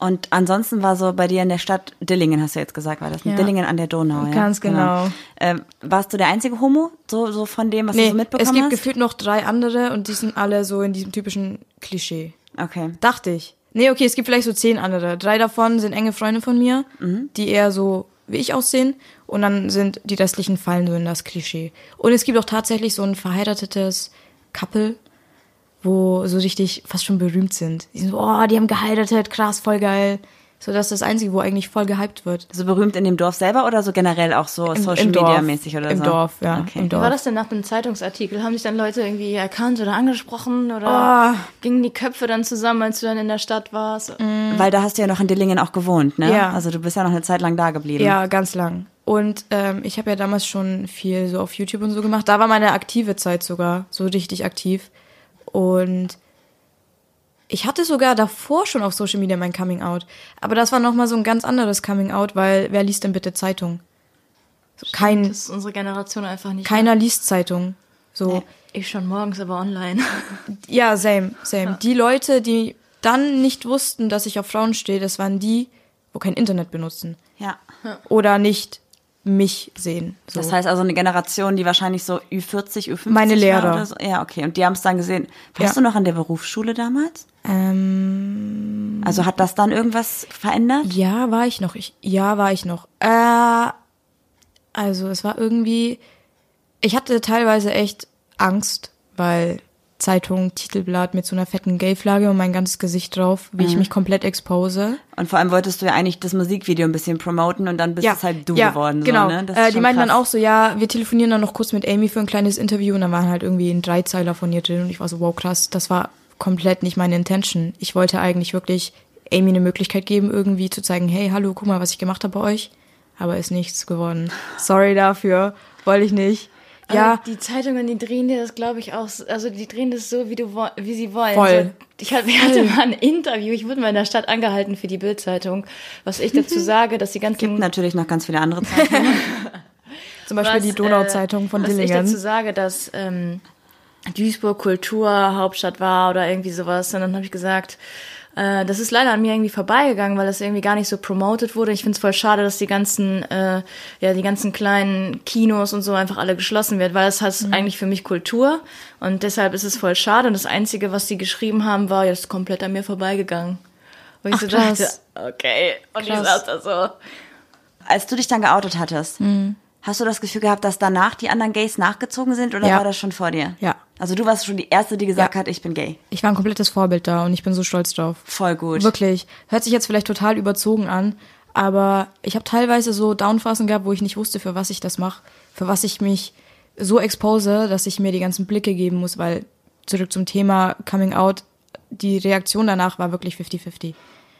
Speaker 1: Und ansonsten war so bei dir in der Stadt Dillingen, hast du jetzt gesagt, war das? ne?
Speaker 4: Ja.
Speaker 1: Dillingen an der Donau, ja.
Speaker 4: Ganz genau.
Speaker 1: Ähm, warst du der einzige Homo, so, so von dem, was du
Speaker 4: Nee,
Speaker 1: so mitbekommen
Speaker 4: es gibt
Speaker 1: hast?
Speaker 4: gefühlt noch drei andere und die sind alle so in diesem typischen Klischee.
Speaker 1: okay.
Speaker 4: Dachte ich. Nee, okay, es gibt vielleicht so zehn andere. Drei davon sind enge Freunde von mir,
Speaker 1: Mhm.
Speaker 4: die eher so wie ich aussehen. Und dann sind die restlichen fallen so in das Klischee. Und es gibt auch tatsächlich so ein verheiratetes Couple, wo so richtig fast schon berühmt sind. Die sind so, oh, die haben geheiratet, krass, voll geil. So, das ist das Einzige, wo eigentlich voll gehypt wird.
Speaker 1: So berühmt in dem Dorf selber oder so generell auch so
Speaker 4: Im-
Speaker 1: Social
Speaker 4: im Dorf.
Speaker 1: Media mäßig oder
Speaker 4: Im
Speaker 1: so?
Speaker 4: Dorf, ja,
Speaker 1: Okay.
Speaker 4: im Dorf.
Speaker 2: War das denn nach einem Zeitungsartikel? Haben sich dann Leute irgendwie erkannt oder angesprochen oder
Speaker 4: Ah. Mhm.
Speaker 2: gingen die Köpfe dann zusammen, als du dann in der Stadt warst?
Speaker 1: Weil da hast du ja noch in Dillingen auch gewohnt, ne?
Speaker 4: Ja.
Speaker 1: Also du bist ja noch eine Zeit lang da geblieben.
Speaker 4: Ja, ganz lang. Und ähm, ich habe ja damals schon viel so auf YouTube und so gemacht. Da war meine aktive Zeit sogar, so richtig aktiv. Und ich hatte sogar davor schon auf Social Media mein Coming Out. Aber das war nochmal so ein ganz anderes Coming Out, weil wer liest denn bitte Zeitung? So, kein,
Speaker 2: Das ist unsere Generation einfach nicht.
Speaker 4: keiner liest Zeitung. So.
Speaker 2: Ich schon morgens, aber online.
Speaker 4: Ja, same, same. Die Leute, die dann nicht wussten, dass ich auf Frauen stehe, das waren die, wo kein Internet benutzen
Speaker 1: Ja.
Speaker 4: oder nicht mich sehen. So.
Speaker 1: Das heißt also eine Generation, die wahrscheinlich so Ü40, Ü50
Speaker 4: Meine
Speaker 1: war
Speaker 4: Lehrer.
Speaker 1: Oder so. Ja, okay. Und die haben es dann gesehen. Warst
Speaker 4: Ja.
Speaker 1: du noch an der Berufsschule damals?
Speaker 4: ähm,
Speaker 1: Also hat das dann irgendwas verändert?
Speaker 4: ja, war ich noch. Ich, ja, war ich noch. Äh, also es war irgendwie, ich hatte teilweise echt Angst, weil Zeitung, Titelblatt mit so einer fetten Gay-Flagge und mein ganzes Gesicht drauf, wie ich mich komplett expose.
Speaker 1: Und vor allem wolltest du ja eigentlich das Musikvideo ein bisschen promoten und dann bist es halt du geworden.
Speaker 4: Genau.
Speaker 1: So, ne? Das ist
Speaker 4: äh, die
Speaker 1: schon
Speaker 4: meinten dann
Speaker 1: krass.
Speaker 4: auch so, ja, wir telefonieren dann noch kurz mit Amy für ein kleines Interview und dann waren halt irgendwie ein Dreizeiler von ihr drin und ich war so, wow, krass, das war komplett nicht meine Intention. Ich wollte eigentlich wirklich Amy eine Möglichkeit geben, irgendwie zu zeigen, hey, hallo, guck mal, was ich gemacht habe bei euch. Aber ist nichts geworden. Sorry dafür, wollte ich nicht. Ja,
Speaker 2: Aber
Speaker 1: Äh,
Speaker 2: Die Zeitungen, die drehen dir das, glaube ich, auch. so- Also die drehen das so, wie du wo- wie sie wollen.
Speaker 4: Voll.
Speaker 2: So, ich hatte, ich hatte mal ein Interview. Ich wurde mal in der Stadt angehalten für die Bildzeitung. Was ich dazu sage, dass die ganzen
Speaker 1: Natürlich noch ganz viele andere Zeiten.
Speaker 4: zum Beispiel
Speaker 2: was,
Speaker 4: die
Speaker 2: äh,
Speaker 4: Donauzeitung von
Speaker 2: was ich dazu
Speaker 4: Dillingen.
Speaker 2: sage, dass ähm, Duisburg Kulturhauptstadt war oder irgendwie sowas. Und dann habe ich gesagt, äh, das ist leider an mir irgendwie vorbeigegangen, weil das irgendwie gar nicht so promoted wurde. Ich finde es voll schade, dass die ganzen, äh, ja, die ganzen kleinen Kinos und so einfach alle geschlossen wird, weil das heißt
Speaker 4: Mhm.
Speaker 2: eigentlich für mich Kultur. Und deshalb ist es voll schade. Und das Einzige, was die geschrieben haben, war, ja, das ist komplett an mir vorbeigegangen. Und ich
Speaker 4: Ach,
Speaker 2: so dachte,
Speaker 4: krass.
Speaker 2: okay. Und ich saß
Speaker 4: Krass.
Speaker 2: da so.
Speaker 1: Als du dich dann geoutet hattest,
Speaker 4: Mhm.
Speaker 1: hast du das Gefühl gehabt, dass danach die anderen Gays nachgezogen sind oder
Speaker 4: Ja.
Speaker 1: war das schon vor dir?
Speaker 4: Ja.
Speaker 1: Also du warst schon die Erste, die gesagt
Speaker 4: Ja.
Speaker 1: hat, ich bin gay.
Speaker 4: Ich war ein komplettes Vorbild da und ich bin so stolz drauf.
Speaker 1: Voll gut.
Speaker 4: Wirklich. Hört sich jetzt vielleicht total überzogen an, aber ich habe teilweise so Downphasen gehabt, wo ich nicht wusste, für was ich das mache, für was ich mich so expose, dass ich mir die ganzen Blicke geben muss, weil zurück zum Thema Coming Out, die Reaktion danach war wirklich 50-50.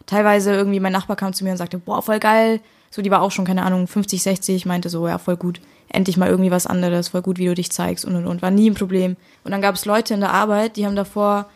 Speaker 4: Teilweise irgendwie mein Nachbar kam zu mir und sagte, boah, voll geil. So, die war auch schon, keine Ahnung, 50, 60, meinte so, ja, voll gut. Endlich mal irgendwie was anderes, voll gut, wie du dich zeigst und und und. War nie ein Problem. Und dann gab es Leute in der Arbeit, die haben davor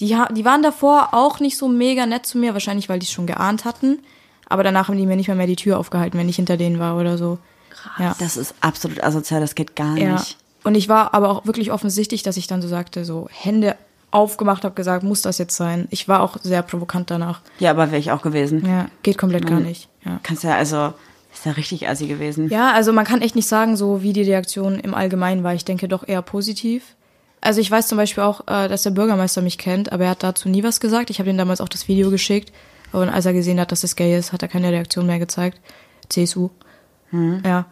Speaker 4: die, ha- die waren davor auch nicht so mega nett zu mir, wahrscheinlich weil die es schon geahnt hatten. Aber danach haben die mir nicht mal mehr die Tür aufgehalten, wenn ich hinter denen war oder so. Krass. Ja.
Speaker 1: Das ist absolut asozial, das geht gar
Speaker 4: ja.
Speaker 1: nicht.
Speaker 4: Und ich war aber auch wirklich offensichtlich, dass ich dann so sagte, so Hände aufgemacht habe, gesagt, muss das jetzt sein? Ich war auch sehr provokant danach.
Speaker 1: Ja, aber wäre ich auch gewesen.
Speaker 4: Ja, geht komplett gar nicht. Ja.
Speaker 1: Kannst ja, also, ist ja richtig assi gewesen.
Speaker 4: Ja, also man kann echt nicht sagen, so wie die Reaktion im Allgemeinen war. Ich denke doch eher positiv. Also ich weiß zum Beispiel auch, äh, dass der Bürgermeister mich kennt, aber er hat dazu nie was gesagt. Ich habe ihm damals auch das Video geschickt. Und als er gesehen hat, dass es gay ist, hat er keine Reaktion mehr gezeigt. CSU.
Speaker 1: Mhm.
Speaker 4: Ja.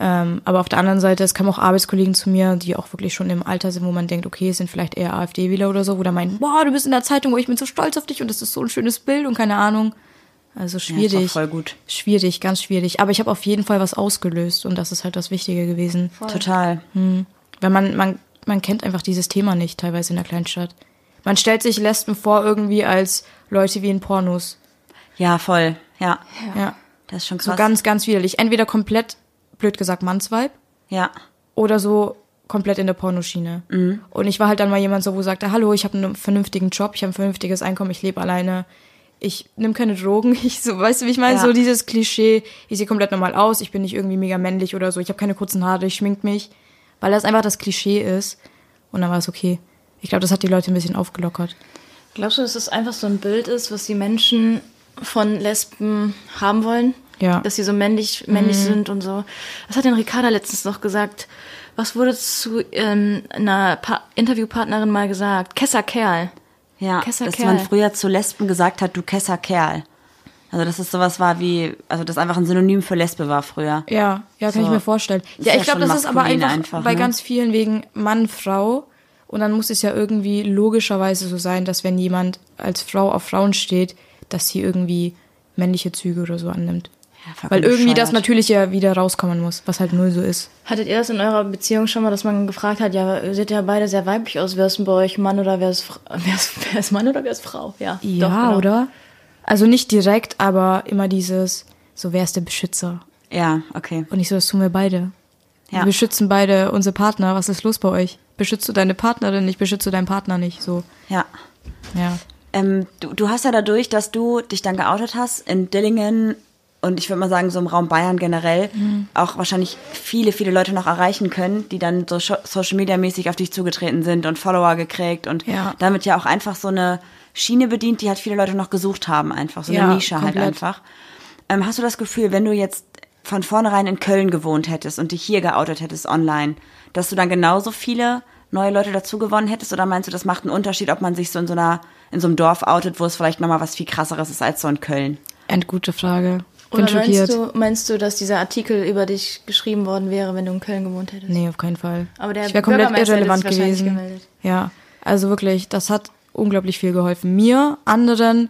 Speaker 4: Ähm, aber auf der anderen Seite, es kamen auch Arbeitskollegen zu mir, die auch wirklich schon im Alter sind, wo man denkt, okay, es sind vielleicht eher AfD-Wähler oder so, wo da meinen, boah, du bist in der Zeitung, oh, ich bin so stolz auf dich und das ist so ein schönes Bild und keine Ahnung. Also
Speaker 1: Ja, ist
Speaker 4: schwierig.
Speaker 1: doch voll gut.
Speaker 4: Schwierig, ganz schwierig. Aber ich habe auf jeden Fall was ausgelöst und das ist halt das Wichtige gewesen.
Speaker 1: Total.
Speaker 4: Weil man, man, man kennt einfach dieses Thema nicht, teilweise in der Kleinstadt. Man stellt sich Lesben vor irgendwie als Leute wie in Pornos.
Speaker 1: Ja, voll. Ja.
Speaker 4: Ja.
Speaker 1: Das ist schon
Speaker 4: So
Speaker 1: krass.
Speaker 4: ganz, ganz widerlich. Entweder komplett, blöd gesagt, Mannsweib
Speaker 1: ja.
Speaker 4: oder so komplett in der Pornoschiene. Und ich war halt dann mal jemand so, wo sagte, hallo, ich habe einen vernünftigen Job, ich habe ein vernünftiges Einkommen, ich lebe alleine, ich nehme keine Drogen, ich so, weißt du, wie ich meine?
Speaker 1: Ja.
Speaker 4: So dieses Klischee, ich sehe komplett normal aus, ich bin nicht irgendwie mega männlich oder so, ich habe keine kurzen Haare, ich schmink mich, weil das einfach das Klischee ist. Und dann war es okay. Ich glaube, das hat die Leute ein bisschen aufgelockert.
Speaker 2: Glaubst du, dass das einfach so ein Bild ist, was die Menschen von Lesben haben wollen?
Speaker 4: Ja. Mhm.
Speaker 2: Dass sie so männlich, männlich sind und so. Was hat denn Ricarda letztens noch gesagt? Was wurde zu ähm, einer pa Interviewpartnerin mal gesagt? Kessa Kerl.
Speaker 1: Ja.
Speaker 2: Kesser
Speaker 1: dass
Speaker 2: Kerl.
Speaker 1: man früher zu Lesben gesagt hat, du Kesser Kerl. Also, dass es sowas war wie, also, das einfach ein Synonym für Lesbe war früher.
Speaker 4: Ja, ja, kann
Speaker 1: So.
Speaker 4: ich mir vorstellen.
Speaker 1: Ist
Speaker 4: ja,
Speaker 1: ja
Speaker 4: ich glaube,
Speaker 1: schon
Speaker 4: das ist aber
Speaker 1: maskulin
Speaker 4: einfach,
Speaker 1: einfach,
Speaker 4: bei
Speaker 1: ne?
Speaker 4: ganz vielen wegen Mann, Frau. Und dann muss es ja irgendwie logischerweise so sein, dass wenn jemand als Frau auf Frauen steht, dass sie irgendwie männliche Züge oder so annimmt.
Speaker 1: Ja, vollkommen
Speaker 4: Weil irgendwie das
Speaker 1: bescheuert.
Speaker 4: natürlich ja wieder rauskommen muss, was halt null so ist.
Speaker 2: Hattet ihr das in eurer Beziehung schon mal, dass man gefragt hat, ja, ihr seht ja beide sehr weiblich aus, wer ist denn bei euch Mann oder wer ist, Fra- wer ist, wer ist Mann oder wer ist Frau? Ja,
Speaker 4: Ja,
Speaker 2: doch, genau.
Speaker 4: oder? Also nicht direkt, aber immer dieses, so wer ist der Beschützer?
Speaker 1: Ja, okay.
Speaker 4: Und ich so, das tun wir beide.
Speaker 1: Ja.
Speaker 4: Wir beschützen beide unsere Partner. Was ist los bei euch? Beschützt du deine Partnerin nicht, beschützt du deinen Partner nicht? So,
Speaker 1: Ja.
Speaker 4: ja.
Speaker 1: Ähm, du, du hast ja dadurch, dass du dich dann geoutet hast in Dillingen und ich würde mal sagen, so im Raum Bayern generell,
Speaker 2: Mhm.
Speaker 1: auch wahrscheinlich viele, viele Leute noch erreichen können, die dann so scho- Social Media mäßig auf dich zugetreten sind und Follower gekriegt und
Speaker 4: Ja.
Speaker 1: damit ja auch einfach so eine Schiene bedient, die halt viele Leute noch gesucht haben, einfach so eine
Speaker 4: Ja,
Speaker 1: Nische halt
Speaker 4: komplett.
Speaker 1: einfach. Ähm, hast du das Gefühl, wenn du jetzt von vornherein in Köln gewohnt hättest und dich hier geoutet hättest online, dass du dann genauso viele neue Leute dazu gewonnen hättest? Oder meinst du, das macht einen Unterschied, ob man sich so in so einer, in so einem Dorf outet, wo es vielleicht nochmal was viel krasseres ist als so in Köln?
Speaker 4: Eine gute Frage. Bin
Speaker 2: Oder
Speaker 4: schockiert.
Speaker 2: meinst du, meinst du, dass dieser Artikel über dich geschrieben worden wäre, wenn du in Köln gewohnt hättest?
Speaker 4: Nee, auf keinen Fall.
Speaker 2: Aber der
Speaker 4: ich wäre komplett
Speaker 2: Bürgermeister hätte
Speaker 4: irrelevant
Speaker 2: sich wahrscheinlich
Speaker 4: gewesen.
Speaker 2: gemeldet.
Speaker 4: Ja, also wirklich, das hat unglaublich viel geholfen. Mir, anderen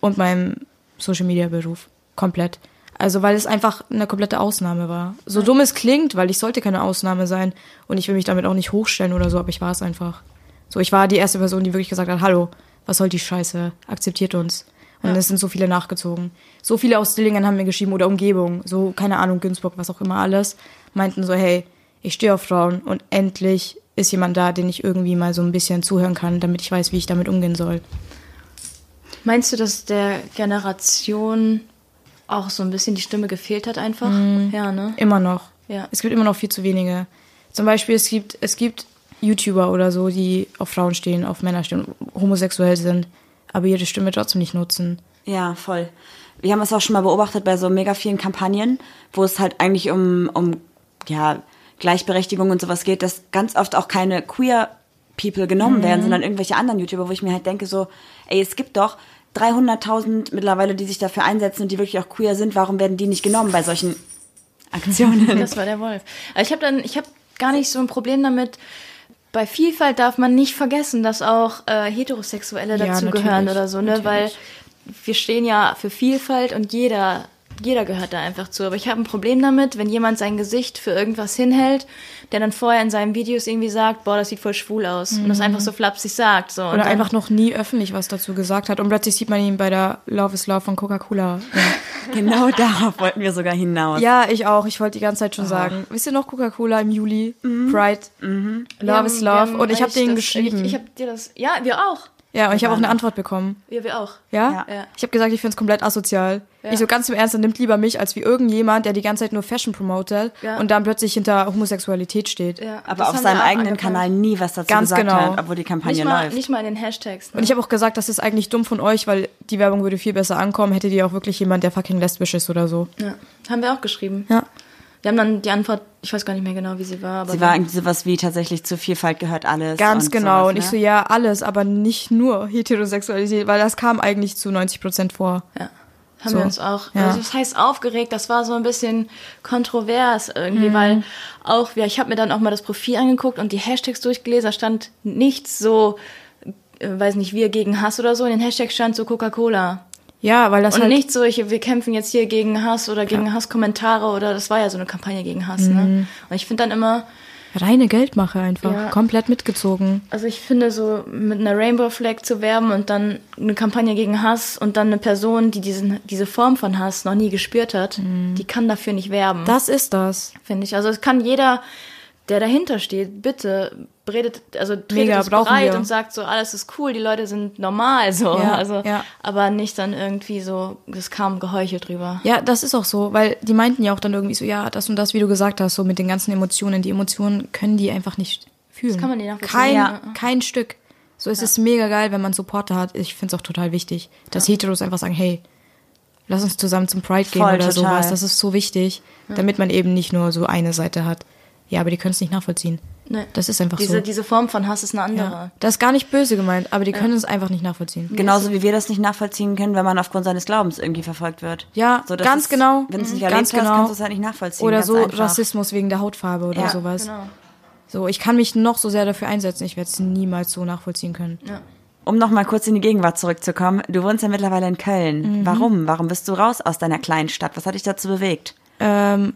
Speaker 4: und meinem Social-Media-Beruf. Komplett. Also, weil es einfach eine komplette Ausnahme war. So dumm es klingt, weil ich sollte keine Ausnahme sein und ich will mich damit auch nicht hochstellen oder so, aber ich war es einfach. So, ich war die erste Person, die wirklich gesagt hat, hallo, was soll die Scheiße? Akzeptiert uns. Und es sind so viele nachgezogen. So viele aus Dillingen haben mir geschrieben oder Umgebung, so, keine Ahnung, Günzburg, was auch immer alles, meinten so, hey, ich stehe auf Frauen und endlich ist jemand da, den ich irgendwie mal so ein bisschen zuhören kann, damit ich weiß, wie ich damit umgehen soll.
Speaker 2: Meinst du, dass der Generation auch so ein bisschen die Stimme gefehlt hat einfach?
Speaker 4: Mhm.
Speaker 2: Ja, ne?
Speaker 4: Immer noch.
Speaker 2: Ja.
Speaker 4: Es gibt immer noch viel zu wenige. Zum Beispiel, es gibt, es gibt YouTuber oder so, die auf Frauen stehen, auf Männer stehen, homosexuell sind, aber ihre Stimme trotzdem nicht nutzen.
Speaker 1: Ja, voll. Wir haben es auch schon mal beobachtet bei so mega vielen Kampagnen, wo es halt eigentlich um, um ja, Gleichberechtigung und sowas geht, dass ganz oft auch keine queer People genommen
Speaker 2: Mhm.
Speaker 1: werden, sondern irgendwelche anderen YouTuber, wo ich mir halt denke so, ey, es gibt doch 300.000 mittlerweile, die sich dafür einsetzen und die wirklich auch queer sind, warum werden die nicht genommen bei solchen Aktionen?
Speaker 2: Das war der Wolf. Also ich habe dann, ich habe gar nicht so ein Problem damit. Bei Vielfalt darf man nicht vergessen, dass auch äh, Heterosexuelle
Speaker 4: Ja,
Speaker 2: dazugehören
Speaker 4: natürlich,
Speaker 2: oder so, ne?
Speaker 4: natürlich.
Speaker 2: Weil wir stehen ja für Vielfalt und jeder, jeder gehört da einfach zu. Aber ich habe ein Problem damit, wenn jemand sein Gesicht für irgendwas hinhält, der dann vorher in seinen Videos irgendwie sagt, boah, das sieht voll schwul aus und das einfach so flapsig sagt. So. und
Speaker 4: Mhm. Oder
Speaker 2: dann-
Speaker 4: einfach noch nie öffentlich was dazu gesagt hat und plötzlich sieht man ihn bei der Love is Love von Coca-Cola.
Speaker 1: genau darauf wollten wir sogar hinaus.
Speaker 4: Ja, ich auch. Ich wollte die ganze Zeit schon sagen. Wisst ihr noch Coca-Cola im Juli?
Speaker 2: Mhm.
Speaker 4: Pride. Love
Speaker 2: Wir haben-
Speaker 4: is
Speaker 2: wir
Speaker 4: Love.
Speaker 2: haben
Speaker 4: Und ich habe
Speaker 2: euch das-
Speaker 4: denen geschrieben.
Speaker 2: Ich, ich habe dir das. Ja, wir auch.
Speaker 4: ja, und ich habe auch eine Antwort bekommen.
Speaker 2: Ja, wir auch.
Speaker 4: Ja?
Speaker 2: Ja.
Speaker 4: Ich habe gesagt, ich finde es komplett asozial. Ich so ganz im Ernst, dann nimmt lieber mich als wie irgendjemand, der die ganze Zeit nur Fashion promotet
Speaker 2: Ja.
Speaker 4: und dann plötzlich hinter Homosexualität steht.
Speaker 2: Ja, das
Speaker 1: aber auf
Speaker 2: haben wir
Speaker 1: seinem
Speaker 2: auch
Speaker 1: eigenen
Speaker 2: angefangen.
Speaker 1: Kanal nie was dazu
Speaker 4: Ganz
Speaker 1: gesagt
Speaker 4: genau.
Speaker 1: hat, obwohl die Kampagne
Speaker 2: Nicht mal,
Speaker 1: läuft.
Speaker 2: nicht mal in den Hashtags. Ne?
Speaker 4: Und ich habe auch gesagt, das ist eigentlich dumm von euch, weil die Werbung würde viel besser ankommen, hätte die auch wirklich jemand, der fucking lesbisch ist oder so.
Speaker 2: ja. Haben wir auch geschrieben.
Speaker 4: Ja.
Speaker 2: Wir haben dann die Antwort, ich weiß gar nicht mehr genau, wie sie war, aber
Speaker 1: Sie war irgendwie sowas wie tatsächlich zur Vielfalt gehört alles.
Speaker 4: Ganz
Speaker 1: und
Speaker 4: genau.
Speaker 1: Sowas,
Speaker 4: und ich
Speaker 1: ne?
Speaker 4: so, ja, alles, aber nicht nur Heterosexualität, weil das kam eigentlich zu 90 Prozent vor.
Speaker 2: ja. haben
Speaker 4: So.
Speaker 2: wir uns auch,
Speaker 4: Ja.
Speaker 2: also das heißt aufgeregt, das war so ein bisschen kontrovers
Speaker 4: Mhm.
Speaker 2: irgendwie, weil auch, ja, ich habe mir dann auch mal das Profil angeguckt und die Hashtags durchgelesen, da stand nichts so, äh, weiß nicht, wir gegen Hass oder so, in den Hashtags stand so Coca-Cola.
Speaker 4: Ja, weil das
Speaker 2: Und
Speaker 4: halt
Speaker 2: nicht so, ich, wir kämpfen jetzt hier gegen Hass oder gegen Hasskommentare oder das war ja so eine Kampagne gegen Hass, ne?
Speaker 4: Mhm.
Speaker 2: Und ich finde dann immer,
Speaker 4: reine Geldmache einfach,
Speaker 2: Ja.
Speaker 4: komplett mitgezogen.
Speaker 2: also ich finde so mit einer Rainbow Flag zu werben und dann eine Kampagne gegen Hass und dann eine Person, die diesen, diese Form von Hass noch nie gespürt hat,
Speaker 4: Mhm.
Speaker 2: die kann dafür nicht werben,
Speaker 4: Das ist das.
Speaker 2: finde ich. Also es kann jeder, der dahinter steht, bitte redet, also tretet
Speaker 4: Mega,
Speaker 2: es
Speaker 4: brauchen
Speaker 2: bereit
Speaker 4: wir.
Speaker 2: und sagt so, alles ist cool, die Leute sind normal so,
Speaker 4: Ja,
Speaker 2: also
Speaker 4: ja.
Speaker 2: aber nicht dann irgendwie so, das kam geheuchelt drüber.
Speaker 4: Ja, das ist auch so, weil die meinten ja auch dann irgendwie so, ja, das und das, wie du gesagt hast, so mit den ganzen Emotionen. Die Emotionen können die einfach nicht fühlen.
Speaker 2: kann man nicht nachvollziehen,
Speaker 4: Kein,
Speaker 2: ja.
Speaker 4: kein Stück. So, es ist mega geil, wenn man Supporter hat. Ich finde es auch total wichtig, dass Heteros einfach sagen, hey, lass uns zusammen zum Pride gehen
Speaker 1: Voll,
Speaker 4: oder
Speaker 1: total.
Speaker 4: sowas. Das ist so wichtig, damit man eben nicht nur so eine Seite hat. Ja, aber die können es nicht nachvollziehen.
Speaker 2: Nee.
Speaker 4: Das ist einfach
Speaker 2: diese,
Speaker 4: so.
Speaker 2: diese Form von Hass ist eine andere.
Speaker 4: ja. Das ist gar nicht böse gemeint, aber die können es einfach nicht nachvollziehen.
Speaker 1: Genauso wie wir das nicht nachvollziehen können, wenn man aufgrund seines Glaubens irgendwie verfolgt wird.
Speaker 4: Ja,
Speaker 1: das
Speaker 4: ganz
Speaker 1: ist,
Speaker 4: genau.
Speaker 1: Wenn du es nicht
Speaker 4: Mhm.
Speaker 1: erlebt
Speaker 4: Ganz
Speaker 1: hast,
Speaker 4: genau.
Speaker 1: kannst du es halt nicht nachvollziehen.
Speaker 4: Oder
Speaker 1: ganz
Speaker 4: so
Speaker 1: einfach.
Speaker 4: Rassismus wegen der Hautfarbe oder
Speaker 1: Ja,
Speaker 4: sowas.
Speaker 2: Genau.
Speaker 4: So, ich kann mich noch so sehr dafür einsetzen, ich werde es niemals so nachvollziehen können.
Speaker 1: Um nochmal kurz in die Gegenwart zurückzukommen. Du wohnst ja mittlerweile in
Speaker 4: Mhm.
Speaker 1: Köln. Warum? Warum bist du raus aus deiner kleinen Stadt? Was hat dich dazu bewegt?
Speaker 4: Ähm,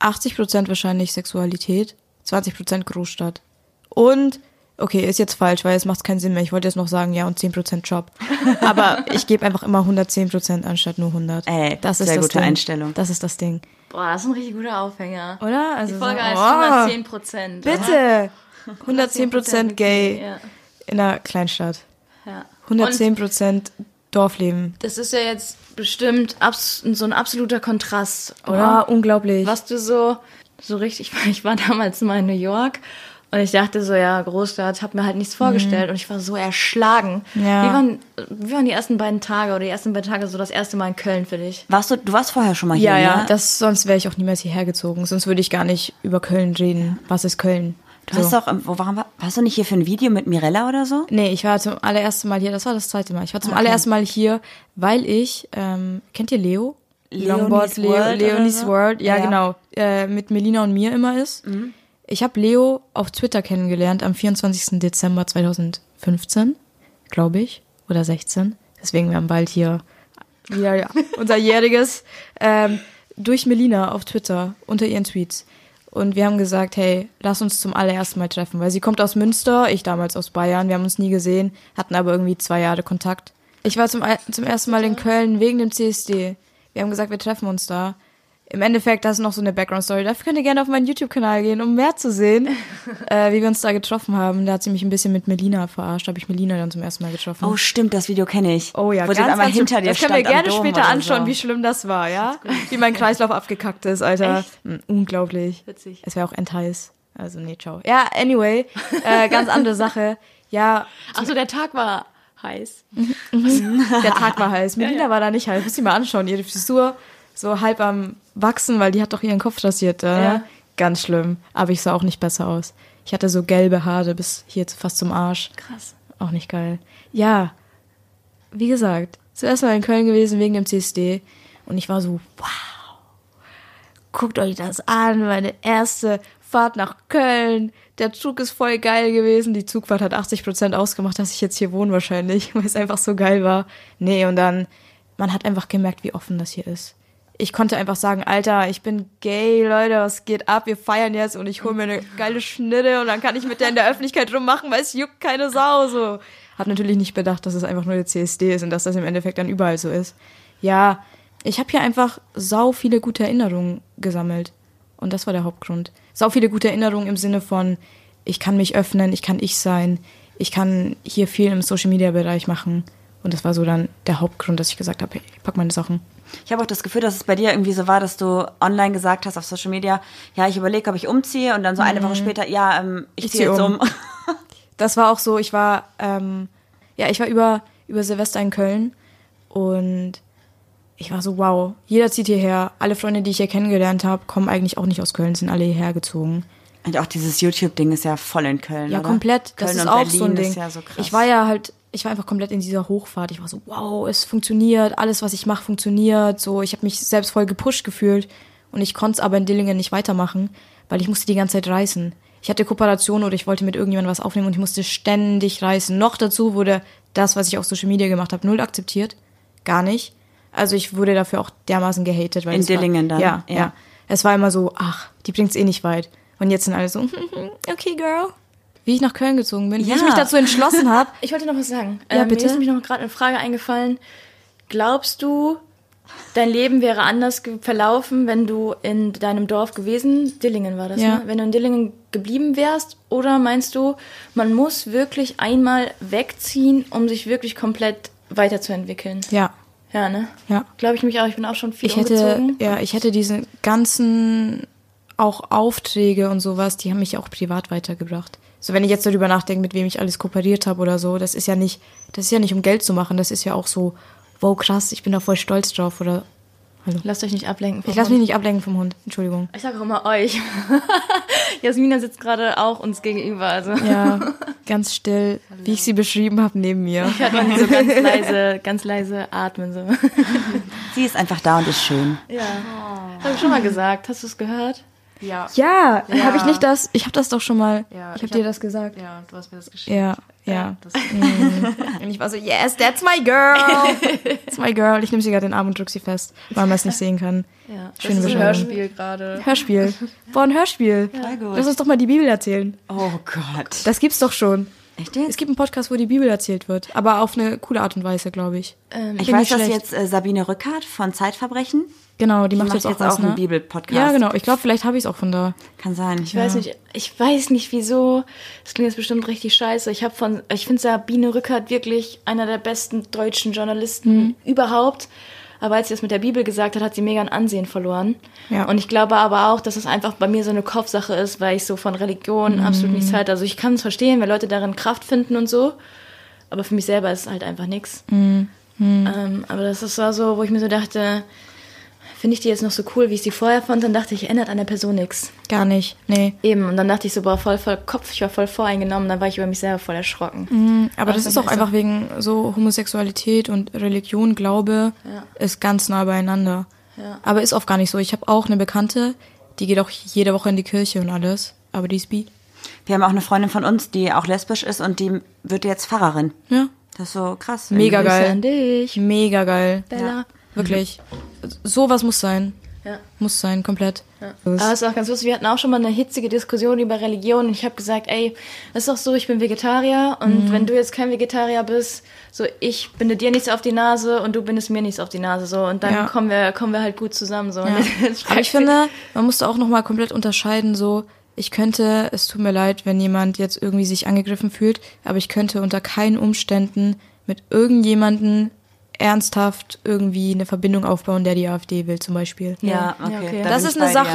Speaker 4: 80% wahrscheinlich Sexualität, 20% Großstadt. Und, okay, ist jetzt falsch, weil es macht keinen Sinn mehr. Ich wollte jetzt noch sagen, ja, und 10% Job. Aber ich gebe einfach immer 110% anstatt nur 100.
Speaker 1: Ey, sehr gute
Speaker 4: Ding.
Speaker 1: Einstellung.
Speaker 4: Das ist das Ding.
Speaker 2: Boah, das ist ein richtig guter Aufhänger.
Speaker 4: Oder? Also
Speaker 2: Die Folge
Speaker 4: so,
Speaker 2: heißt
Speaker 4: oh,
Speaker 2: 110 Prozent.
Speaker 4: Bitte! 110% gay
Speaker 2: Ja.
Speaker 4: in einer Kleinstadt.
Speaker 2: ja. Und
Speaker 4: 110% Dorfleben.
Speaker 2: das ist ja jetzt bestimmt abs so ein absoluter Kontrast, oder?
Speaker 4: oh, Oder? unglaublich.
Speaker 2: Was du so, so richtig, ich war damals mal in New York Und ich dachte so, ja, Großstadt, hab mir halt nichts vorgestellt. Und ich war so erschlagen.
Speaker 4: Mhm. Ja.
Speaker 2: Wie, waren, wie waren die ersten beiden Tage oder die ersten beiden Tage so das erste Mal in Köln für dich?
Speaker 1: Warst du, du warst vorher schon mal hier,
Speaker 4: Ja, ja,
Speaker 1: ne?
Speaker 4: das, sonst wäre ich auch niemals hierher gezogen. Sonst würde ich gar nicht über Köln reden. Was ist Köln?
Speaker 1: du hast doch, ähm, wo waren wir, warst du nicht hier für ein Video mit Mirella oder so?
Speaker 4: Nee, ich war zum allerersten Mal hier, das war das zweite Mal. Ich war
Speaker 1: Ah,
Speaker 4: zum allerersten Mal hier, weil ich, ähm, kennt ihr Leo?
Speaker 1: Leonie's
Speaker 4: Leo,
Speaker 1: World oder
Speaker 4: Leonie's
Speaker 1: so?
Speaker 4: World, ja,
Speaker 1: Ja.
Speaker 4: genau. Äh, mit Melina und mir immer ist. Ich habe Leo auf Twitter kennengelernt am 24. Dezember 2015, glaube ich, oder 16. Deswegen wir haben bald hier wieder ja, unser jähriges ähm, durch Melina auf Twitter unter ihren Tweets. Und wir haben gesagt, hey, lass uns zum allerersten Mal treffen, weil sie kommt aus Münster, ich damals aus Bayern, wir haben uns nie gesehen, hatten aber irgendwie zwei Jahre Kontakt. Ich war zum, al- zum ersten Mal in Köln wegen dem CSD. Wir haben gesagt, wir treffen uns da. Im Endeffekt, das ist noch so eine Background-Story. Dafür könnt ihr gerne auf meinen YouTube-Kanal gehen, um mehr zu sehen, äh, wie wir uns da getroffen haben. Da hat sie mich ein bisschen mit Melina verarscht, habe ich Melina dann zum ersten Mal getroffen.
Speaker 1: Oh, stimmt, das Video kenne ich.
Speaker 4: Genau. Oh ja,
Speaker 1: Wo sie auf einmal hinter dir
Speaker 4: Das können wir
Speaker 1: stand am
Speaker 4: gerne
Speaker 1: Dom
Speaker 4: später
Speaker 1: oder
Speaker 4: anschauen,
Speaker 1: so.
Speaker 4: wie schlimm das war, ja? Wie mein Kreislauf abgekackt ist, Alter. Mm, unglaublich.
Speaker 2: Witzig.
Speaker 4: Es wäre auch endheiß. Also, nee, ciao. Ja, anyway, äh, ganz andere Sache. Ja,
Speaker 2: Achso, der Tag war heiß.
Speaker 4: der Tag war heiß. Melina war da nicht heiß. Muss ich mal anschauen. Ihre Frisur so halb am Wachsen, weil die hat doch ihren Kopf rasiert. Äh?
Speaker 2: Ja.
Speaker 4: Ganz schlimm. Aber ich sah auch nicht besser aus. Ich hatte so gelbe Haare bis hier zu- fast zum Arsch.
Speaker 2: Krass.
Speaker 4: Auch nicht geil. Ja, wie gesagt, zuerst mal in Köln gewesen wegen dem CSD und ich war so, wow, guckt euch das an, meine erste Fahrt nach Köln. Der Zug ist voll geil gewesen. Die Zugfahrt hat 80% ausgemacht, dass ich jetzt hier wohne wahrscheinlich, weil es einfach so geil war. Nee, und dann, man hat einfach gemerkt, wie offen das hier ist. Ich konnte einfach sagen, Alter, ich bin gay, Leute, was geht ab? Wir feiern jetzt und ich hole mir eine geile Schnitte und dann kann ich mit der in der Öffentlichkeit rummachen, weil es juckt keine Sau. So. Hab natürlich nicht bedacht, dass es einfach nur der CSD ist und dass das im Endeffekt dann überall so ist. Ja, ich habe hier einfach sau viele gute Erinnerungen gesammelt. Und das war der Hauptgrund. Sau viele gute Erinnerungen im Sinne von, ich kann mich öffnen, ich kann ich sein, ich kann hier viel im Social Media Bereich machen. Und das war so dann der Hauptgrund, dass ich gesagt habe, hey, ich pack meine Sachen.
Speaker 1: Ich habe auch das Gefühl, dass es bei dir irgendwie so war, dass du online gesagt hast auf Social Media, ja, ich überlege, ob ich umziehe und dann so eine Woche später, ja, ähm, ich,
Speaker 4: Mhm. Ich
Speaker 1: ziehe
Speaker 4: zieh
Speaker 1: jetzt um.
Speaker 4: um. Das war auch so, ich war, ähm, ja, ich war über, über Silvester in Köln und ich war so, wow, jeder zieht hierher. Alle Freunde, die ich hier kennengelernt habe, kommen eigentlich auch nicht aus Köln, sind alle hierher gezogen.
Speaker 1: Und auch dieses YouTube-Ding ist ja voll in Köln.
Speaker 4: Ja,
Speaker 1: oder?
Speaker 4: komplett. Das
Speaker 1: Köln
Speaker 4: ist
Speaker 1: und
Speaker 4: auch
Speaker 1: Berlin
Speaker 4: so ein Ding.
Speaker 1: Ist ja so krass.
Speaker 4: Ich war ja halt, ich war einfach komplett in dieser Hochfahrt. Ich war so, wow, es funktioniert, alles, was ich mache, funktioniert. So, ich habe mich selbst voll gepusht gefühlt und ich konnte es aber in Dillingen nicht weitermachen, weil ich musste die ganze Zeit reißen. Ich hatte Kooperation oder ich wollte mit irgendjemandem was aufnehmen und ich musste ständig reißen. Noch dazu wurde das, was ich auf Social Media gemacht habe, null akzeptiert. Gar nicht. Also ich wurde dafür auch dermaßen gehatet. Weil
Speaker 1: In
Speaker 4: es war-
Speaker 1: Dillingen dann?
Speaker 4: Ja,
Speaker 1: Ja.
Speaker 4: ja. Es war immer so, ach, die bringt's eh nicht weit. Und jetzt sind alle so, okay, girl. Wie ich nach Köln gezogen bin, wie
Speaker 1: Ja.
Speaker 4: ich mich dazu entschlossen habe.
Speaker 2: Ich wollte noch was sagen. Ähm,
Speaker 4: Ja, bitte.
Speaker 2: Mir ist nämlich noch gerade eine Frage eingefallen. Glaubst du, dein Leben wäre anders ge- verlaufen, wenn du in deinem Dorf gewesen, Dillingen war das,
Speaker 4: Ja.
Speaker 2: ne? wenn du in Dillingen geblieben wärst? Oder meinst du, man muss wirklich einmal wegziehen, um sich wirklich komplett weiterzuentwickeln?
Speaker 4: Ja,
Speaker 2: Ja, ne?
Speaker 4: ja.
Speaker 2: Glaube ich mich auch. Ich bin auch schon viel
Speaker 4: Ich hätte,
Speaker 2: umgezogen.
Speaker 4: ja, ich hätte diese ganzen auch Aufträge und sowas, die haben mich ja auch privat weitergebracht. So, wenn ich jetzt darüber nachdenke, mit wem ich alles kooperiert habe oder so, das ist ja nicht, das ist ja nicht um Geld zu machen, das ist ja auch so, wow, krass, ich bin da voll stolz drauf oder. Hallo.
Speaker 2: Lasst euch nicht ablenken. vom
Speaker 4: Ich lasse mich
Speaker 2: Hund.
Speaker 4: nicht ablenken vom Hund, Entschuldigung.
Speaker 2: Ich sage auch immer euch. Jasmina sitzt gerade auch uns gegenüber. Also.
Speaker 4: Ja, ganz still, wie ich sie beschrieben habe, neben mir.
Speaker 2: hört man so ganz leise, ganz leise atmen. So.
Speaker 1: Sie ist einfach da und ist schön.
Speaker 2: Ja. Habe ich schon mal gesagt. Hast du es gehört?
Speaker 3: Ja.
Speaker 4: Ja, habe ich nicht das? Ich habe das doch schon mal.
Speaker 3: Ja,
Speaker 4: ich habe
Speaker 3: ich
Speaker 4: dir
Speaker 3: hab-
Speaker 4: das gesagt.
Speaker 3: Ja, du hast mir das geschickt.
Speaker 4: Ja, ja.
Speaker 3: Das,
Speaker 4: Und ich war so, yes, that's my girl. That's my girl. Ich nehme sie gerade den Arm und drück sie fest, weil man es nicht sehen kann.
Speaker 2: Ja.
Speaker 4: Schöne
Speaker 3: das ist ein
Speaker 4: Beschreibung.
Speaker 3: Hörspiel gerade.
Speaker 4: Hörspiel. Boah, ein Hörspiel.
Speaker 1: Voll gut.
Speaker 4: Lass uns doch mal die Bibel erzählen.
Speaker 1: Oh Gott.
Speaker 4: Das gibt's doch schon.
Speaker 1: Echt
Speaker 4: Es
Speaker 1: jetzt?
Speaker 4: gibt einen Podcast, wo die Bibel erzählt wird, aber auf eine coole Art und Weise, glaube ich.
Speaker 1: Ich
Speaker 4: Bin
Speaker 1: weiß,
Speaker 4: nicht
Speaker 1: dass
Speaker 4: schlecht.
Speaker 1: jetzt äh, Sabine Rückert von Zeitverbrechen,
Speaker 4: Genau, die,
Speaker 1: die
Speaker 4: macht,
Speaker 1: macht
Speaker 4: jetzt auch,
Speaker 1: jetzt
Speaker 4: was,
Speaker 1: auch einen
Speaker 4: ne?
Speaker 1: Bibelpodcast.
Speaker 4: Ja, genau. Ich glaube, vielleicht habe ich es auch von da.
Speaker 1: kann sein. Ich
Speaker 2: Ich weiß nicht, ich weiß nicht wieso. Das klingt jetzt bestimmt richtig scheiße. Ich habe von, ich finde Sabine Rückert wirklich einer der besten deutschen Journalisten überhaupt. Aber als sie das mit der Bibel gesagt hat, hat sie mega an Ansehen verloren.
Speaker 4: Ja.
Speaker 2: Und ich glaube aber auch, dass es einfach bei mir so eine Kopfsache ist, weil ich so von Religion absolut nichts halte. Also ich kann es verstehen, wenn Leute darin Kraft finden und so. Aber für mich selber ist es halt einfach nichts. Ähm, aber das ist- war so, wo ich mir so dachte, finde ich die jetzt noch so cool, wie ich sie vorher fand. Dann dachte ich, ändert an der Person nichts.
Speaker 4: Gar nicht, nee.
Speaker 2: Eben, und dann dachte ich so, boah, voll, voll Kopf, ich war voll voreingenommen, dann war ich über mich selber voll erschrocken.
Speaker 4: Aber das
Speaker 2: Also
Speaker 4: ist auch
Speaker 2: so-
Speaker 4: einfach wegen so Homosexualität und Religion, Glaube
Speaker 2: Ja.
Speaker 4: ist ganz nah beieinander.
Speaker 2: Ja.
Speaker 4: Aber ist oft gar nicht so. Ich habe auch eine Bekannte, die geht auch jede Woche in die Kirche und alles, aber die ist bi.
Speaker 1: Wir haben auch eine Freundin von uns, die auch lesbisch ist und die wird jetzt Pfarrerin.
Speaker 4: Ja.
Speaker 1: Das ist so krass.
Speaker 4: Hm. Mega
Speaker 2: Grüße
Speaker 4: geil.
Speaker 2: an dich,
Speaker 4: Mega geil.
Speaker 2: Bella.
Speaker 4: Wirklich. Sowas muss sein.
Speaker 2: Ja.
Speaker 4: Muss sein, komplett.
Speaker 2: Aber es ist auch ganz lustig, wir hatten auch schon mal eine hitzige Diskussion über Religion und ich habe gesagt, ey, das ist doch so, ich bin Vegetarier
Speaker 4: Mhm.
Speaker 2: und wenn du jetzt kein Vegetarier bist, so ich binde dir nichts auf die Nase und du bindest mir nichts auf die Nase so und dann
Speaker 4: Ja.
Speaker 2: kommen wir kommen wir halt gut zusammen so.
Speaker 4: Ja. Aber ich finde, man muss da auch nochmal komplett unterscheiden, so, ich könnte, es tut mir leid, wenn jemand jetzt irgendwie sich angegriffen fühlt, aber ich könnte unter keinen Umständen mit irgendjemanden ernsthaft irgendwie eine Verbindung aufbauen, der die AfD will, zum Beispiel.
Speaker 1: Ja,
Speaker 2: Ja,
Speaker 1: okay.
Speaker 2: okay.
Speaker 1: da
Speaker 4: Das
Speaker 1: bin
Speaker 4: ist
Speaker 1: ich
Speaker 4: eine
Speaker 1: bei dir.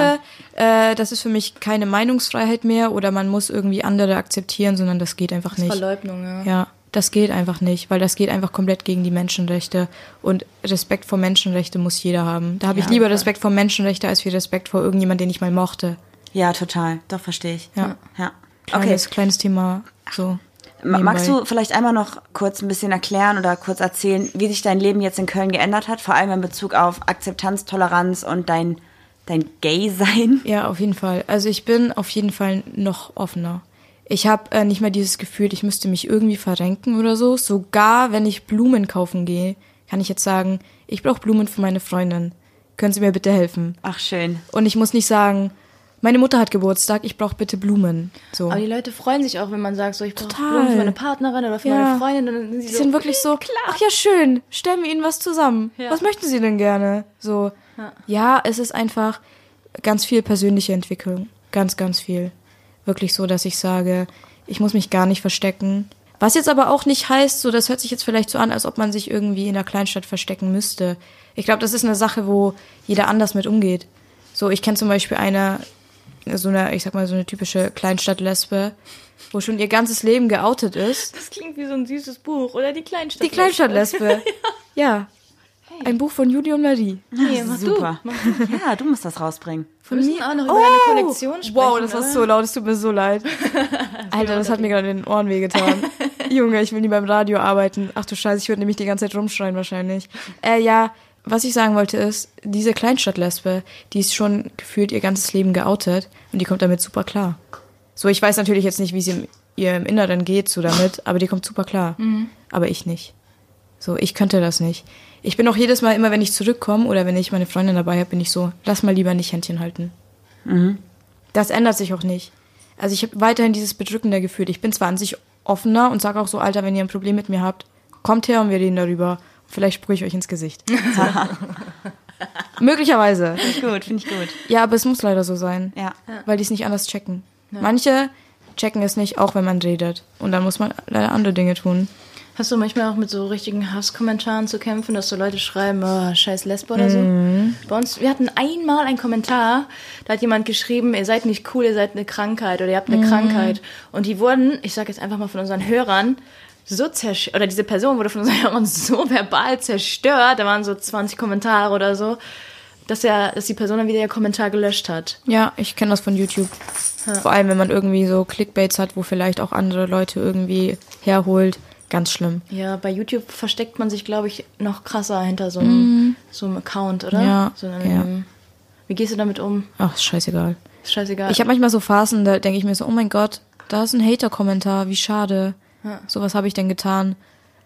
Speaker 4: Sache, äh, das ist für mich keine Meinungsfreiheit mehr oder man muss irgendwie andere akzeptieren, sondern das geht einfach nicht.
Speaker 2: Verleugnung, ja.
Speaker 4: Ja, das geht einfach nicht, weil das geht einfach komplett gegen die Menschenrechte. Und Respekt vor Menschenrechte muss jeder haben. Da habe ich lieber Respekt vor Menschenrechte als viel Respekt vor irgendjemand, den ich mal mochte.
Speaker 1: Ja, total. Doch, verstehe ich.
Speaker 4: Ja.
Speaker 1: ja. Okay,
Speaker 4: Kleines, okay. kleines Thema. So.
Speaker 1: Ma- magst
Speaker 4: nebenbei.
Speaker 1: du vielleicht einmal noch kurz ein bisschen erklären oder kurz erzählen, wie sich dein Leben jetzt in Köln geändert hat, vor allem in Bezug auf Akzeptanz, Toleranz und dein, dein Gay-Sein?
Speaker 4: Ja, auf jeden Fall. Also ich bin auf jeden Fall noch offener. Ich habe äh, nicht mehr dieses Gefühl, ich müsste mich irgendwie verrenken oder so. Sogar wenn ich Blumen kaufen gehe, kann ich jetzt sagen, ich brauche Blumen für meine Freundin. Können Sie mir bitte helfen?
Speaker 1: Ach, schön.
Speaker 4: Und ich muss nicht sagen, meine Mutter hat Geburtstag, ich brauche bitte Blumen. So.
Speaker 2: Aber die Leute freuen sich auch, wenn man sagt, so ich brauche
Speaker 4: Total.
Speaker 2: Blumen für meine Partnerin oder für
Speaker 4: Ja.
Speaker 2: meine Freundin. Und dann sind sie
Speaker 4: Die
Speaker 2: so,
Speaker 4: sind wirklich so, ach ja, schön, stellen wir ihnen was zusammen.
Speaker 2: Ja.
Speaker 4: Was möchten sie denn gerne? So. Ja. es ist einfach ganz viel persönliche Entwicklung. Ganz, ganz viel. Wirklich so, dass ich sage, ich muss mich gar nicht verstecken. Was jetzt aber auch nicht heißt, so, das hört sich jetzt vielleicht so an, als ob man sich irgendwie in der Kleinstadt verstecken müsste. Ich glaube, das ist eine Sache, wo jeder anders mit umgeht. So, ich kenne zum Beispiel eine, so eine, ich sag mal, so eine typische Kleinstadt-Lesbe, wo schon ihr ganzes Leben geoutet ist.
Speaker 2: das klingt wie so ein süßes Buch oder die Kleinstadt.
Speaker 4: Die Kleinstadtlesbe. ja. Ein Buch von Julie und Marie.
Speaker 2: Nee, mach
Speaker 1: Super.
Speaker 2: Du. Mach
Speaker 1: Ja, du musst das rausbringen.
Speaker 2: Wir müssen auch noch über eine Kollektion sprechen.
Speaker 4: Oh! wow, das war
Speaker 2: oder?
Speaker 4: so laut, es tut mir so leid. Alter, das hat mir gerade in den Ohren wehgetan. Junge, ich will nie beim Radio arbeiten. Ach du Scheiße, ich würde nämlich die ganze Zeit rumschreien wahrscheinlich. Äh, ja, was ich sagen wollte ist, diese Kleinstadtlesbe, die ist schon gefühlt ihr ganzes Leben geoutet und die kommt damit super klar. So, ich weiß natürlich jetzt nicht, wie es im, ihr im Inneren geht, so damit, aber die kommt super klar.
Speaker 2: Mhm.
Speaker 4: Aber ich nicht. So, ich könnte das nicht. Ich bin auch jedes Mal, immer wenn ich zurückkomme oder wenn ich meine Freundin dabei habe, bin ich so, lass mal lieber nicht Händchen halten. Das ändert sich auch nicht. Also ich habe weiterhin dieses bedrückende Gefühl. Ich bin zwar an sich offener und sage auch so, Alter, wenn ihr ein Problem mit mir habt, kommt her und wir reden darüber. Vielleicht sprühe ich euch ins Gesicht. So. Möglicherweise.
Speaker 1: Gut, finde ich gut.
Speaker 4: Ja, aber es muss leider so sein.
Speaker 1: Ja.
Speaker 4: Weil die es nicht anders checken. Manche checken es nicht, auch wenn man redet. Und dann muss man leider andere Dinge tun.
Speaker 2: Hast du manchmal auch mit so richtigen Hasskommentaren zu kämpfen, dass so Leute schreiben, oh, scheiß Lesbe oder so?
Speaker 4: Mhm.
Speaker 2: Bei uns, wir hatten einmal einen Kommentar, da hat jemand geschrieben, ihr seid nicht cool, ihr seid eine Krankheit oder ihr habt eine
Speaker 4: Mhm.
Speaker 2: Krankheit. Und die wurden, ich sag jetzt einfach mal von unseren Hörern, so zerstört, oder diese Person wurde von unseren Hörern so verbal zerstört, da waren so 20 Kommentare oder so, dass, er, dass die Person dann wieder ihr Kommentar gelöscht hat.
Speaker 4: Ja, ich kenne das von YouTube. Vor allem, wenn man irgendwie so Clickbaits hat, wo vielleicht auch andere Leute irgendwie herholt. Ganz schlimm.
Speaker 2: Ja, bei YouTube versteckt man sich, glaube ich, noch krasser hinter so einem, so einem Account, oder?
Speaker 4: Mhm. Ja,
Speaker 2: So einem, Wie gehst du damit um?
Speaker 4: Ach, ist scheißegal.
Speaker 2: Ist scheißegal.
Speaker 4: Ich habe manchmal so Phasen, da denke ich mir so, oh mein Gott, da ist ein Hater-Kommentar, wie schade. So was habe ich denn getan.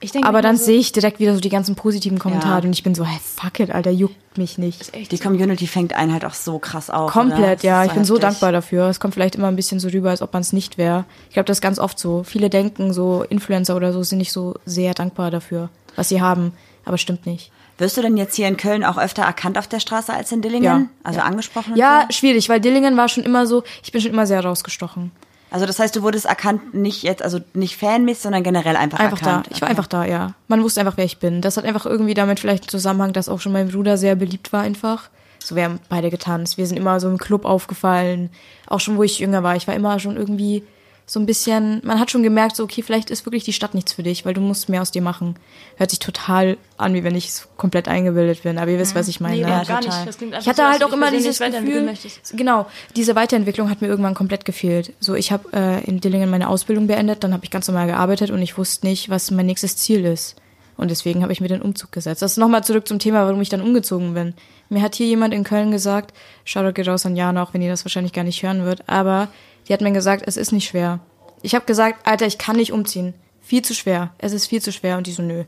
Speaker 2: Ich denke
Speaker 4: Aber
Speaker 2: mir
Speaker 4: dann
Speaker 2: immer so-
Speaker 4: sehe ich direkt wieder so die ganzen positiven Kommentare
Speaker 1: Ja.
Speaker 4: und ich bin so, hey, fuck it, Alter, juckt mich nicht.
Speaker 1: Die Community fängt einen halt auch so krass auf. oder?
Speaker 4: Komplett,
Speaker 1: Das
Speaker 4: ja.
Speaker 1: ist
Speaker 4: Ich bin so
Speaker 1: heftig.
Speaker 4: dankbar dafür. Es kommt vielleicht immer ein bisschen so rüber, als ob man es nicht wäre. Ich glaube, das ist ganz oft so. Viele denken so, Influencer oder so sind nicht so sehr dankbar dafür, was sie haben. Aber stimmt nicht.
Speaker 1: Wirst du denn jetzt hier in Köln auch öfter erkannt auf der Straße als in Dillingen?
Speaker 4: Ja.
Speaker 1: Also angesprochen? und
Speaker 4: Ja,
Speaker 1: so?
Speaker 4: schwierig, weil Dillingen war schon immer so, ich bin schon immer sehr rausgestochen.
Speaker 1: Also das heißt, du wurdest erkannt, nicht jetzt, also nicht fanmäßig, sondern generell einfach,
Speaker 4: Einfach
Speaker 1: erkannt.
Speaker 4: da. Ich war einfach da, ja. Man wusste einfach, wer ich bin. Das hat einfach irgendwie damit vielleicht einen Zusammenhang, dass auch schon mein Bruder sehr beliebt war einfach. So, wir haben beide getanzt. Wir sind immer so im Club aufgefallen. Auch schon, wo ich jünger war. Ich war immer schon irgendwie so ein bisschen, man hat schon gemerkt, so, okay, vielleicht ist wirklich die Stadt nichts für dich, weil du musst mehr aus dir machen. Hört sich total an, wie wenn ich so komplett eingebildet bin. Aber ihr wisst, was ich meine.
Speaker 2: Nee,
Speaker 1: Ja,
Speaker 2: überhaupt gar
Speaker 1: total.
Speaker 2: nicht. Das klingt einfach
Speaker 4: Ich hatte
Speaker 2: so, als
Speaker 4: halt
Speaker 2: ob
Speaker 4: auch immer
Speaker 2: persönlich
Speaker 4: dieses
Speaker 2: weiterentwickeln
Speaker 4: Gefühl,
Speaker 2: möchtest.
Speaker 4: genau, diese Weiterentwicklung hat mir irgendwann komplett gefehlt. So, ich habe äh, in Dillingen meine Ausbildung beendet, dann habe ich ganz normal gearbeitet und ich wusste nicht, was mein nächstes Ziel ist. Und deswegen habe ich mir den Umzug gesetzt. Das ist nochmal zurück zum Thema, warum ich dann umgezogen bin. Mir hat hier jemand in Köln gesagt, Shoutout geht raus an Jana, auch wenn ihr das wahrscheinlich gar nicht hören wird, aber die hat mir gesagt, es ist nicht schwer. Ich habe gesagt, Alter, ich kann nicht umziehen. Viel zu schwer. Es ist viel zu schwer. Und die so, nö.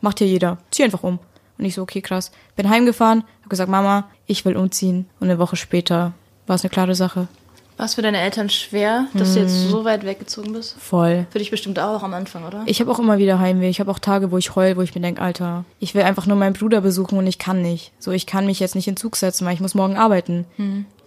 Speaker 4: Macht hier jeder. Zieh einfach um. Und ich so, okay, krass. Bin heimgefahren, hab gesagt, Mama, ich will umziehen. Und eine Woche später war es eine klare Sache.
Speaker 2: War es für deine Eltern schwer, dass du
Speaker 4: Mhm.
Speaker 2: jetzt so weit weggezogen bist?
Speaker 4: Voll.
Speaker 2: Für dich bestimmt auch am Anfang, oder?
Speaker 4: Ich habe auch immer wieder Heimweh. Ich habe auch Tage, wo ich heul, wo ich mir denk, Alter, ich will einfach nur meinen Bruder besuchen und ich kann nicht. So, ich kann mich jetzt nicht in Zug setzen, weil ich muss morgen arbeiten.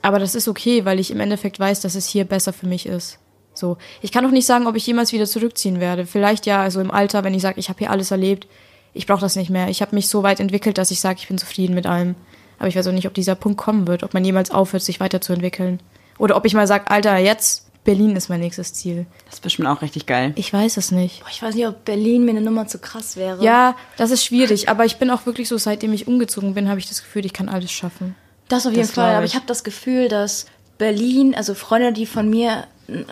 Speaker 4: Aber das ist okay, weil ich im Endeffekt weiß, dass es hier besser für mich ist. So, ich kann auch nicht sagen, ob ich jemals wieder zurückziehen werde. Vielleicht ja, also im Alter, wenn ich sage, ich habe hier alles erlebt, ich brauche das nicht mehr. Ich habe mich so weit entwickelt, dass ich sage, ich bin zufrieden mit allem. Aber ich weiß auch nicht, ob dieser Punkt kommen wird, ob man jemals aufhört, sich weiterzuentwickeln. Oder ob ich mal sage, Alter, jetzt Berlin ist mein nächstes Ziel.
Speaker 1: Das ist bestimmt auch richtig geil.
Speaker 4: Ich weiß es nicht.
Speaker 2: Boah, ich weiß nicht, ob Berlin mir eine Nummer zu krass wäre.
Speaker 4: Ja, das ist schwierig, aber ich bin auch wirklich so, seitdem ich umgezogen bin, habe ich das Gefühl, ich kann alles schaffen.
Speaker 2: Das auf jeden
Speaker 4: Das
Speaker 2: Fall.
Speaker 4: glaub
Speaker 2: Aber
Speaker 4: ich.
Speaker 2: ich habe das Gefühl, dass Berlin, also Freunde, die von mir,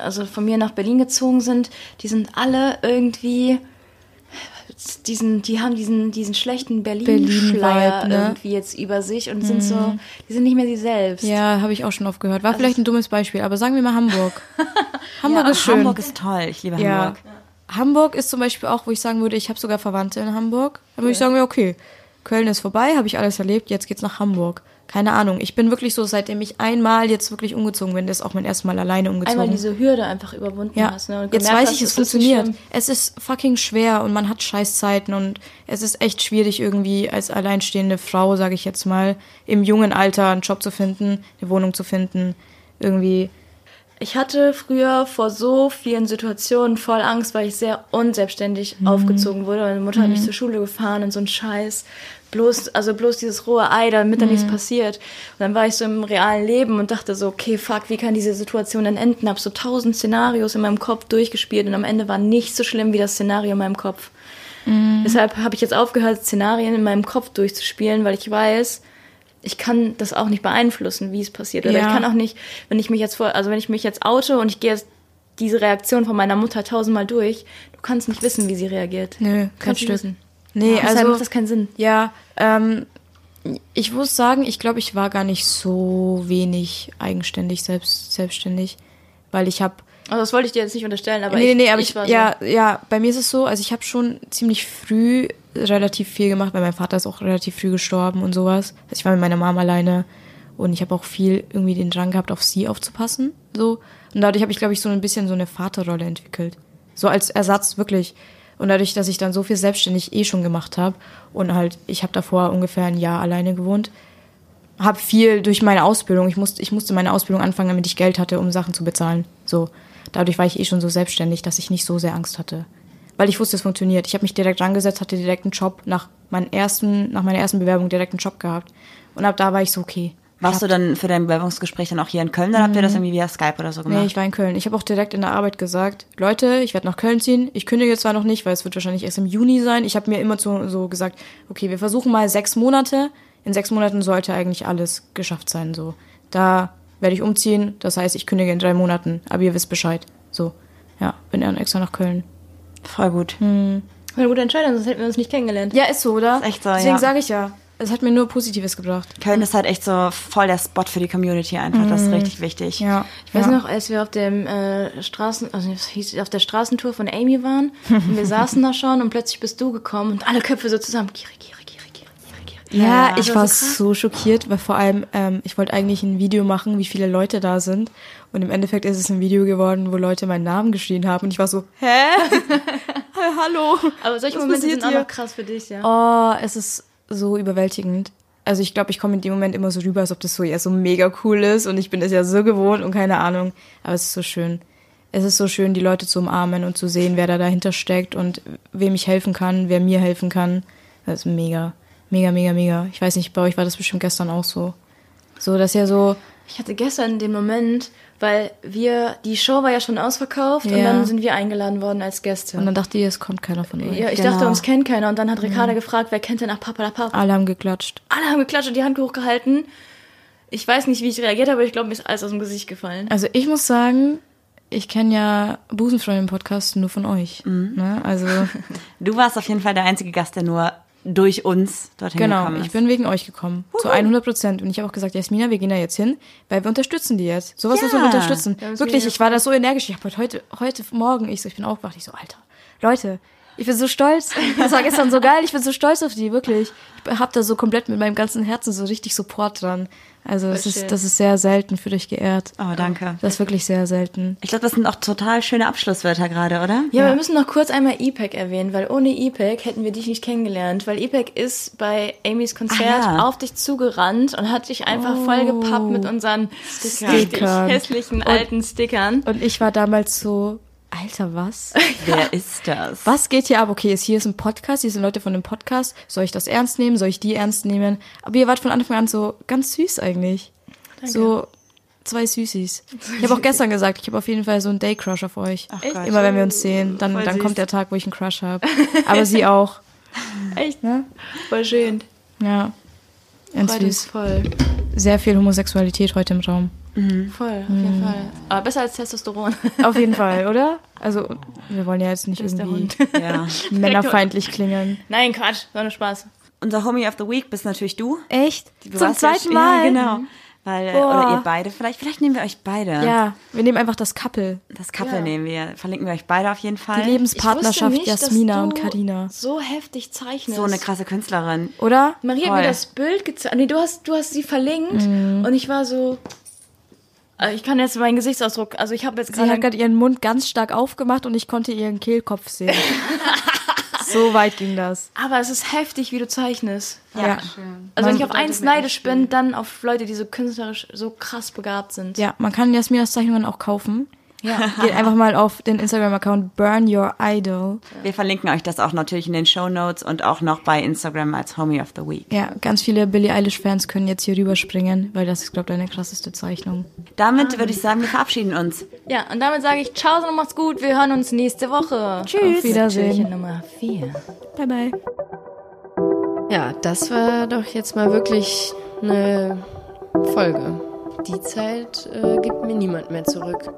Speaker 2: also von mir nach Berlin gezogen sind, die sind alle irgendwie diesen, die haben diesen, diesen schlechten Berlin-Schleier
Speaker 4: Berlin-Vibe, ne? Mhm.
Speaker 2: irgendwie jetzt über sich und sind so, die sind nicht mehr sie selbst.
Speaker 4: Ja, habe ich auch schon oft gehört.
Speaker 1: Also
Speaker 4: War vielleicht ein dummes Beispiel, aber sagen wir mal Hamburg. Hamburg ist schön.
Speaker 1: Hamburg ist toll. Ich liebe
Speaker 4: ja.
Speaker 1: Hamburg.
Speaker 4: Hamburg ist zum Beispiel auch, wo ich sagen würde, ich habe sogar Verwandte in Hamburg. Dann würde ich sagen, ja, okay, Köln ist vorbei, habe ich alles erlebt, jetzt geht's nach Hamburg. Keine Ahnung. Ich bin wirklich so, seitdem ich einmal jetzt wirklich umgezogen bin, das ist auch mein erstes Mal alleine umgezogen.
Speaker 2: Einmal diese Hürde einfach überwunden
Speaker 4: Ja,
Speaker 2: hast. Ne? Und
Speaker 4: jetzt
Speaker 2: gemerkt
Speaker 4: weiß
Speaker 2: hast,
Speaker 4: ich, es
Speaker 2: ist nicht
Speaker 4: funktioniert.
Speaker 2: schlimm.
Speaker 4: Es ist fucking schwer und man hat Scheißzeiten und es ist echt schwierig irgendwie als alleinstehende Frau, sage ich jetzt mal, im jungen Alter einen Job zu finden, eine Wohnung zu finden, irgendwie.
Speaker 2: Ich hatte früher vor so vielen Situationen voll Angst, weil ich sehr unselbstständig aufgezogen wurde. Meine Mutter hat mich zur Schule gefahren und so ein Scheiß. Bloß, also bloß dieses rohe Ei, damit da nichts passiert. Und dann war ich so im realen Leben und dachte so, okay, fuck, wie kann diese Situation denn enden? Hab so tausend Szenarios in meinem Kopf durchgespielt und am Ende war nicht so schlimm wie das Szenario in meinem Kopf.
Speaker 4: Mhm.
Speaker 2: Deshalb habe ich jetzt aufgehört, Szenarien in meinem Kopf durchzuspielen, weil ich weiß, ich kann das auch nicht beeinflussen, wie es passiert. Oder
Speaker 4: Ja.
Speaker 2: ich kann auch nicht, wenn ich mich jetzt vor, also wenn ich mich jetzt oute und ich gehe jetzt diese Reaktion von meiner Mutter tausendmal durch, du kannst nicht wissen, wie sie reagiert.
Speaker 4: Nö,
Speaker 2: Du
Speaker 4: kein
Speaker 2: kannst nicht
Speaker 4: Stück.
Speaker 2: wissen.
Speaker 4: Nee,
Speaker 2: Deshalb
Speaker 4: also
Speaker 2: macht das keinen Sinn.
Speaker 4: Ja, ähm, ich muss sagen, ich glaube, ich war gar nicht so wenig eigenständig, selbst, selbstständig, weil ich habe
Speaker 2: Also das wollte ich dir jetzt nicht unterstellen, aber
Speaker 4: nee,
Speaker 2: ich,
Speaker 4: nee, nee, aber ich,
Speaker 2: war so,
Speaker 4: ja, ja, bei mir ist es so, also ich habe schon ziemlich früh relativ viel gemacht, weil mein Vater ist auch relativ früh gestorben und sowas. Also ich war mit meiner Mom alleine und ich habe auch viel irgendwie den Drang gehabt, auf sie aufzupassen, so. Und dadurch habe ich, glaube ich, so ein bisschen so eine Vaterrolle entwickelt. So als Ersatz, wirklich. Und dadurch, dass ich dann so viel selbstständig eh schon gemacht habe und halt, ich habe davor ungefähr ein Jahr alleine gewohnt, habe viel durch meine Ausbildung. Ich musste, ich musste meine Ausbildung anfangen, damit ich Geld hatte, um Sachen zu bezahlen. So. Dadurch war ich eh schon so selbstständig, dass ich nicht so sehr Angst hatte. Weil ich wusste, es funktioniert. Ich habe mich direkt rangesetzt, hatte direkt einen Job, nach, meinen ersten, nach meiner ersten Bewerbung direkt einen Job gehabt. Und ab da war ich so, okay.
Speaker 1: Warst du dann für dein Bewerbungsgespräch dann auch hier in Köln? Dann habt ihr das irgendwie via Skype oder so gemacht?
Speaker 4: Mhm. Nee, ich war in Köln. Ich habe auch direkt in der Arbeit gesagt, Leute, ich werde nach Köln ziehen. Ich kündige zwar noch nicht, weil es wird wahrscheinlich erst im Juni sein. Ich habe mir immer so, so gesagt, okay, wir versuchen mal sechs Monate. In sechs Monaten sollte eigentlich alles geschafft sein. So, da werde ich umziehen. Das heißt, ich kündige in drei Monaten. Aber ihr wisst Bescheid. So, ja, bin dann extra nach Köln.
Speaker 1: Voll gut.
Speaker 2: Das war eine gute Entscheidung, sonst hätten wir uns nicht kennengelernt.
Speaker 4: Ja, ist so, oder?
Speaker 1: Ist echt so,
Speaker 4: Deswegen
Speaker 1: ja.
Speaker 4: sage ich ja, es hat mir nur Positives gebracht.
Speaker 1: Köln ist halt echt so voll der Spot für die Community einfach. Das ist richtig wichtig.
Speaker 4: Mhm. Ja,
Speaker 2: Ich weiß noch, als wir auf dem äh, Straßen, also es hieß, auf der Straßentour von Amy waren und wir saßen da schon und plötzlich bist du gekommen und alle Köpfe so zusammen. Kiri, Kiri, Kiri, Kiri, Kiri, Kiri.
Speaker 4: Ja, ich
Speaker 2: Das
Speaker 4: war
Speaker 2: ist krass.
Speaker 4: so schockiert, weil vor allem, ähm, ich wollte eigentlich ein Video machen, wie viele Leute da sind. Und im Endeffekt ist es ein Video geworden, wo Leute meinen Namen geschrien haben. Und ich war so, hä? Hey, Hallo.
Speaker 2: Aber solche
Speaker 4: Was
Speaker 2: Momente
Speaker 4: passiert
Speaker 2: sind auch
Speaker 4: hier?
Speaker 2: noch krass für dich, ja.
Speaker 4: Oh, es ist so überwältigend. Also ich glaube, ich komme in dem Moment immer so rüber, als ob das so ja so mega cool ist und ich bin es ja so gewohnt und keine Ahnung. Aber es ist so schön. es ist so schön, die Leute zu umarmen und zu sehen, wer da dahinter steckt und wem ich helfen kann, wer mir helfen kann. Das ist mega, mega, mega, mega. Ich weiß nicht, bei euch war das bestimmt gestern auch so. So, dass ja so,
Speaker 2: Ich hatte gestern den Moment, weil wir, die Show war ja schon ausverkauft und
Speaker 4: Ja.
Speaker 2: dann sind wir eingeladen worden als Gäste.
Speaker 4: und dann dachte ich, es kommt keiner von euch.
Speaker 2: ja, ich
Speaker 1: Genau.
Speaker 2: dachte, uns kennt keiner. Und dann hat Ricarda gefragt, wer kennt denn nach Papalapap?
Speaker 4: Alle haben geklatscht.
Speaker 2: Alle haben geklatscht und die Hand hochgehalten. Ich weiß nicht, wie ich reagiert habe, aber ich glaube, mir ist alles aus dem Gesicht gefallen.
Speaker 4: Also ich muss sagen, ich kenne ja Busenfreundin-Podcast nur von euch. Ne? Also
Speaker 1: Du warst auf jeden Fall der einzige Gast, der nur durch uns dorthin
Speaker 4: genau,
Speaker 1: gekommen ist.
Speaker 4: ich bin wegen euch gekommen. Zu 100 Prozent. Und ich habe auch gesagt, Jasmina, wir gehen da jetzt hin, weil wir unterstützen die jetzt. Sowas
Speaker 1: Ja.
Speaker 4: müssen wir unterstützen.
Speaker 2: Wir haben es
Speaker 4: Wirklich,
Speaker 2: mega
Speaker 4: ich war da so energisch. Ich habe heute, heute Morgen, ich, so, ich bin aufgewacht, ich so, Alter, Leute, ich bin so stolz. Das war gestern so geil, ich bin so stolz auf die, wirklich. Ich habe da so komplett mit meinem ganzen Herzen so richtig Support dran. Also das
Speaker 2: Voll schön.
Speaker 4: ist, das ist sehr selten für dich geehrt.
Speaker 1: oh, danke.
Speaker 4: Das ist wirklich sehr selten.
Speaker 1: Ich glaube, das sind auch total schöne Abschlusswörter gerade, oder?
Speaker 2: Ja, wir müssen noch kurz einmal E EPEC erwähnen, weil ohne E EPEC hätten wir dich nicht kennengelernt, weil E EPEC ist bei Amy's Konzert
Speaker 1: Ah, ja.
Speaker 2: auf dich zugerannt und hat dich einfach vollgepappt mit unseren richtig
Speaker 4: Oh. Stickern.
Speaker 2: hässlichen alten Stickern.
Speaker 4: Und ich war damals so, Alter, was?
Speaker 1: Wer ist das?
Speaker 4: Was geht hier ab? Okay, ist, hier ist ein Podcast, hier sind Leute von dem Podcast. Soll ich das ernst nehmen? Soll ich die ernst nehmen? Aber ihr wart von Anfang an so ganz süß eigentlich. So zwei Süßis. Ich habe auch gestern gesagt, ich habe auf jeden Fall so einen Day-Crush auf euch.
Speaker 1: Echt? Gott.
Speaker 4: Immer wenn wir uns sehen, dann,
Speaker 1: Voll
Speaker 4: dann
Speaker 1: süß.
Speaker 4: kommt der Tag, wo ich einen Crush habe. Aber sie auch.
Speaker 2: Echt, ne? Voll schön.
Speaker 4: Ja. Ganz
Speaker 2: Freut uns
Speaker 4: süß.
Speaker 2: voll.
Speaker 4: Sehr viel Homosexualität heute im Raum.
Speaker 2: Voll, auf jeden Fall. Aber besser als Testosteron.
Speaker 4: Hm. Auf jeden Fall, oder? Also, wir wollen ja jetzt nicht
Speaker 2: ist der
Speaker 4: irgendwie
Speaker 1: Ja.
Speaker 4: männerfeindlich klingen.
Speaker 2: Nein, Quatsch, war nur Spaß.
Speaker 1: Unser Homie of the Week bist natürlich du.
Speaker 4: Echt?
Speaker 1: Du
Speaker 4: Zum
Speaker 1: warst ja-
Speaker 4: zweiten Mal?
Speaker 1: Ja, genau. Weil, äh, oder
Speaker 4: Boah.
Speaker 1: ihr beide vielleicht. Vielleicht nehmen wir euch beide.
Speaker 4: Ja, wir nehmen einfach das Couple.
Speaker 1: Das Couple
Speaker 2: Ja.
Speaker 1: nehmen wir. Verlinken wir euch beide auf jeden Fall.
Speaker 4: Die Lebenspartnerschaft Jasmina und Karina.
Speaker 2: So heftig zeichnest.
Speaker 1: so eine krasse Künstlerin.
Speaker 4: Oder?
Speaker 2: Maria hat
Speaker 1: Voll.
Speaker 2: mir das Bild gezeigt. Nee, du hast, du hast sie verlinkt
Speaker 4: Mhm.
Speaker 2: und ich war so. Also Ich kann jetzt meinen Gesichtsausdruck. Also ich habe jetzt
Speaker 4: Sie hat
Speaker 2: gerade.
Speaker 4: gerade ihren Mund ganz stark aufgemacht und ich konnte ihren Kehlkopf sehen. so weit ging das.
Speaker 2: Aber es ist heftig, wie du zeichnest.
Speaker 4: Ja. Ja,
Speaker 2: Also wenn ich
Speaker 4: Man-
Speaker 2: auf eins neidisch bin, dann auf Leute, die so künstlerisch so krass begabt sind.
Speaker 4: man kann Jasminas Zeichnungen auch kaufen. Ja. Geht einfach mal auf den Instagram-Account Burn Your Idol.
Speaker 1: Wir verlinken euch das auch natürlich in den Show Notes und auch noch bei Instagram als Homie of the Week.
Speaker 4: Ja, ganz viele Billie Eilish-Fans können jetzt hier rüberspringen, weil das ist, glaube ich, deine krasseste Zeichnung.
Speaker 1: Damit würde ich sagen, wir verabschieden uns.
Speaker 2: Ja, und damit sage ich Ciao und macht's gut. Wir hören uns nächste Woche.
Speaker 4: Tschüss. Auf Wiedersehen.
Speaker 2: Türchen Nummer 4.
Speaker 4: Bye, bye.
Speaker 3: Ja, das war doch jetzt mal wirklich eine Folge. Die Zeit äh, gibt mir niemand mehr zurück.